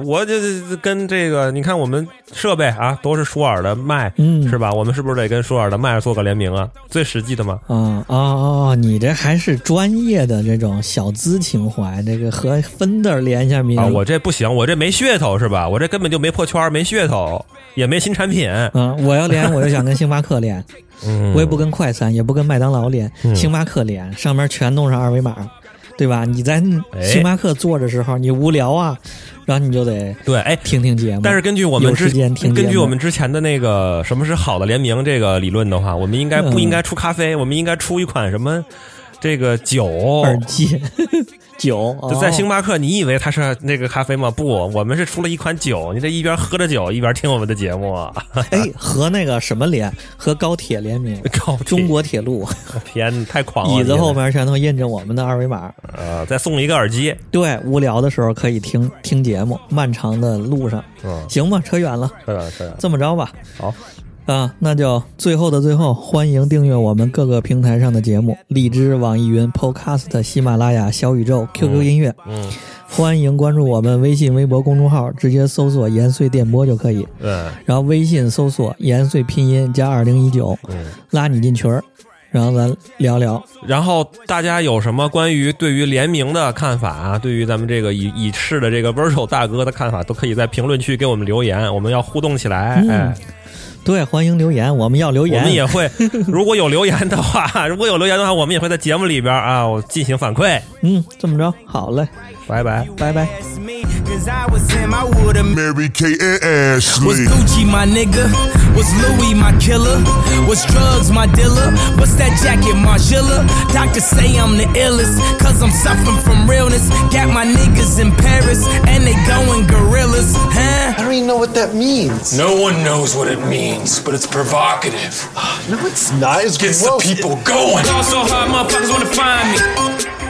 [SPEAKER 3] 我就跟这个，你看我们设备啊，都是舒尔的麦，
[SPEAKER 2] 嗯
[SPEAKER 3] 是吧？我们是不是得跟舒尔的麦做个联名啊？最实际的嘛。
[SPEAKER 2] 啊啊啊！你这还是专业的这种小资情怀，这个和芬德连一下名
[SPEAKER 3] 啊，我这不行，我这没噱头是吧？我这根本就没破圈儿，没噱头，也没新产品。
[SPEAKER 2] 啊，我要连，我就想跟星巴克连，
[SPEAKER 3] 嗯，
[SPEAKER 2] 我也不跟快餐，也不跟麦当劳连，
[SPEAKER 3] 嗯
[SPEAKER 2] 星巴克连，上面全弄上二维码，对吧？你在
[SPEAKER 3] 哎
[SPEAKER 2] 星巴克坐着时候，你无聊啊，然后你就得
[SPEAKER 3] 对，哎，
[SPEAKER 2] 听听节目。
[SPEAKER 3] 但是根据我们
[SPEAKER 2] 有
[SPEAKER 3] 之
[SPEAKER 2] 时间听节目
[SPEAKER 3] 根据我们之前的那个什么是好的联名这个理论的话，我们应该不
[SPEAKER 2] 嗯
[SPEAKER 3] 应该出咖啡？我们应该出一款什么这个酒，
[SPEAKER 2] 耳 机哦酒，
[SPEAKER 3] 就在星
[SPEAKER 2] 巴
[SPEAKER 3] 巴克，你以为它是那个咖啡吗？不，我们是出了一款酒，你这一边喝着酒一边听我们的节目 啊。
[SPEAKER 2] 哎和那个什么联和高铁联名，
[SPEAKER 3] 靠，
[SPEAKER 2] 中国铁路
[SPEAKER 3] 天太狂了！
[SPEAKER 2] 椅子
[SPEAKER 3] 你
[SPEAKER 2] 后面全都印着我们的二维码。
[SPEAKER 3] 呃，再送一个耳机，
[SPEAKER 2] 对，无聊的时候可以听听节目，漫长的路上，
[SPEAKER 3] 嗯，
[SPEAKER 2] 行吧，扯远了，
[SPEAKER 3] 扯远了扯远了。
[SPEAKER 2] 这么着吧，
[SPEAKER 3] 好，
[SPEAKER 2] 啊，那就最后的最后，欢迎订阅我们各个平台上的节目：荔枝、网易云、Podcast、喜马拉雅、小宇宙、QQ 音乐。
[SPEAKER 3] 嗯，
[SPEAKER 2] 欢迎关注我们微信、微博公众号，直接搜索“延绥电波”就可以。
[SPEAKER 3] 对，
[SPEAKER 2] 然后微信搜索“延绥拼音加二零一九
[SPEAKER 3] 嗯。”，
[SPEAKER 2] 拉你进群儿，然后咱聊聊。
[SPEAKER 3] 然后大家有什么关于对于联名的看法啊？对于咱们这个已已逝的这个 Virtual 大哥的看法，都可以在评论区给我们留言，我们要互动起来。
[SPEAKER 2] 嗯
[SPEAKER 3] 哎，
[SPEAKER 2] 对，欢迎留言，我们要留
[SPEAKER 3] 我
[SPEAKER 2] 言。
[SPEAKER 3] 们也会， 如果有留言的话， 如果有留言的话，我们也会在节目里边啊，我进行反馈。
[SPEAKER 2] 嗯，这么着，好嘞，
[SPEAKER 3] 拜拜。
[SPEAKER 2] 拜拜。
[SPEAKER 1] Ask me, Cause I was him, I would've
[SPEAKER 4] Mary Kay and
[SPEAKER 1] Was
[SPEAKER 4] Ashley.
[SPEAKER 1] Gucci my nigga? Was Louis my killer? Was drugs my dealer? What's that jacket, Margilla? Doctors say I'm the illest, cause I'm suffering from realness. Got my niggas in Paris, and they going gorillas, huh?
[SPEAKER 5] I don't even know what that means.
[SPEAKER 6] No one knows what it means, but it's provocative.
[SPEAKER 5] No, it's not. It's
[SPEAKER 6] Gets
[SPEAKER 5] gross.
[SPEAKER 6] the people going.
[SPEAKER 7] Fall so hard, motherfuckers wanna find me.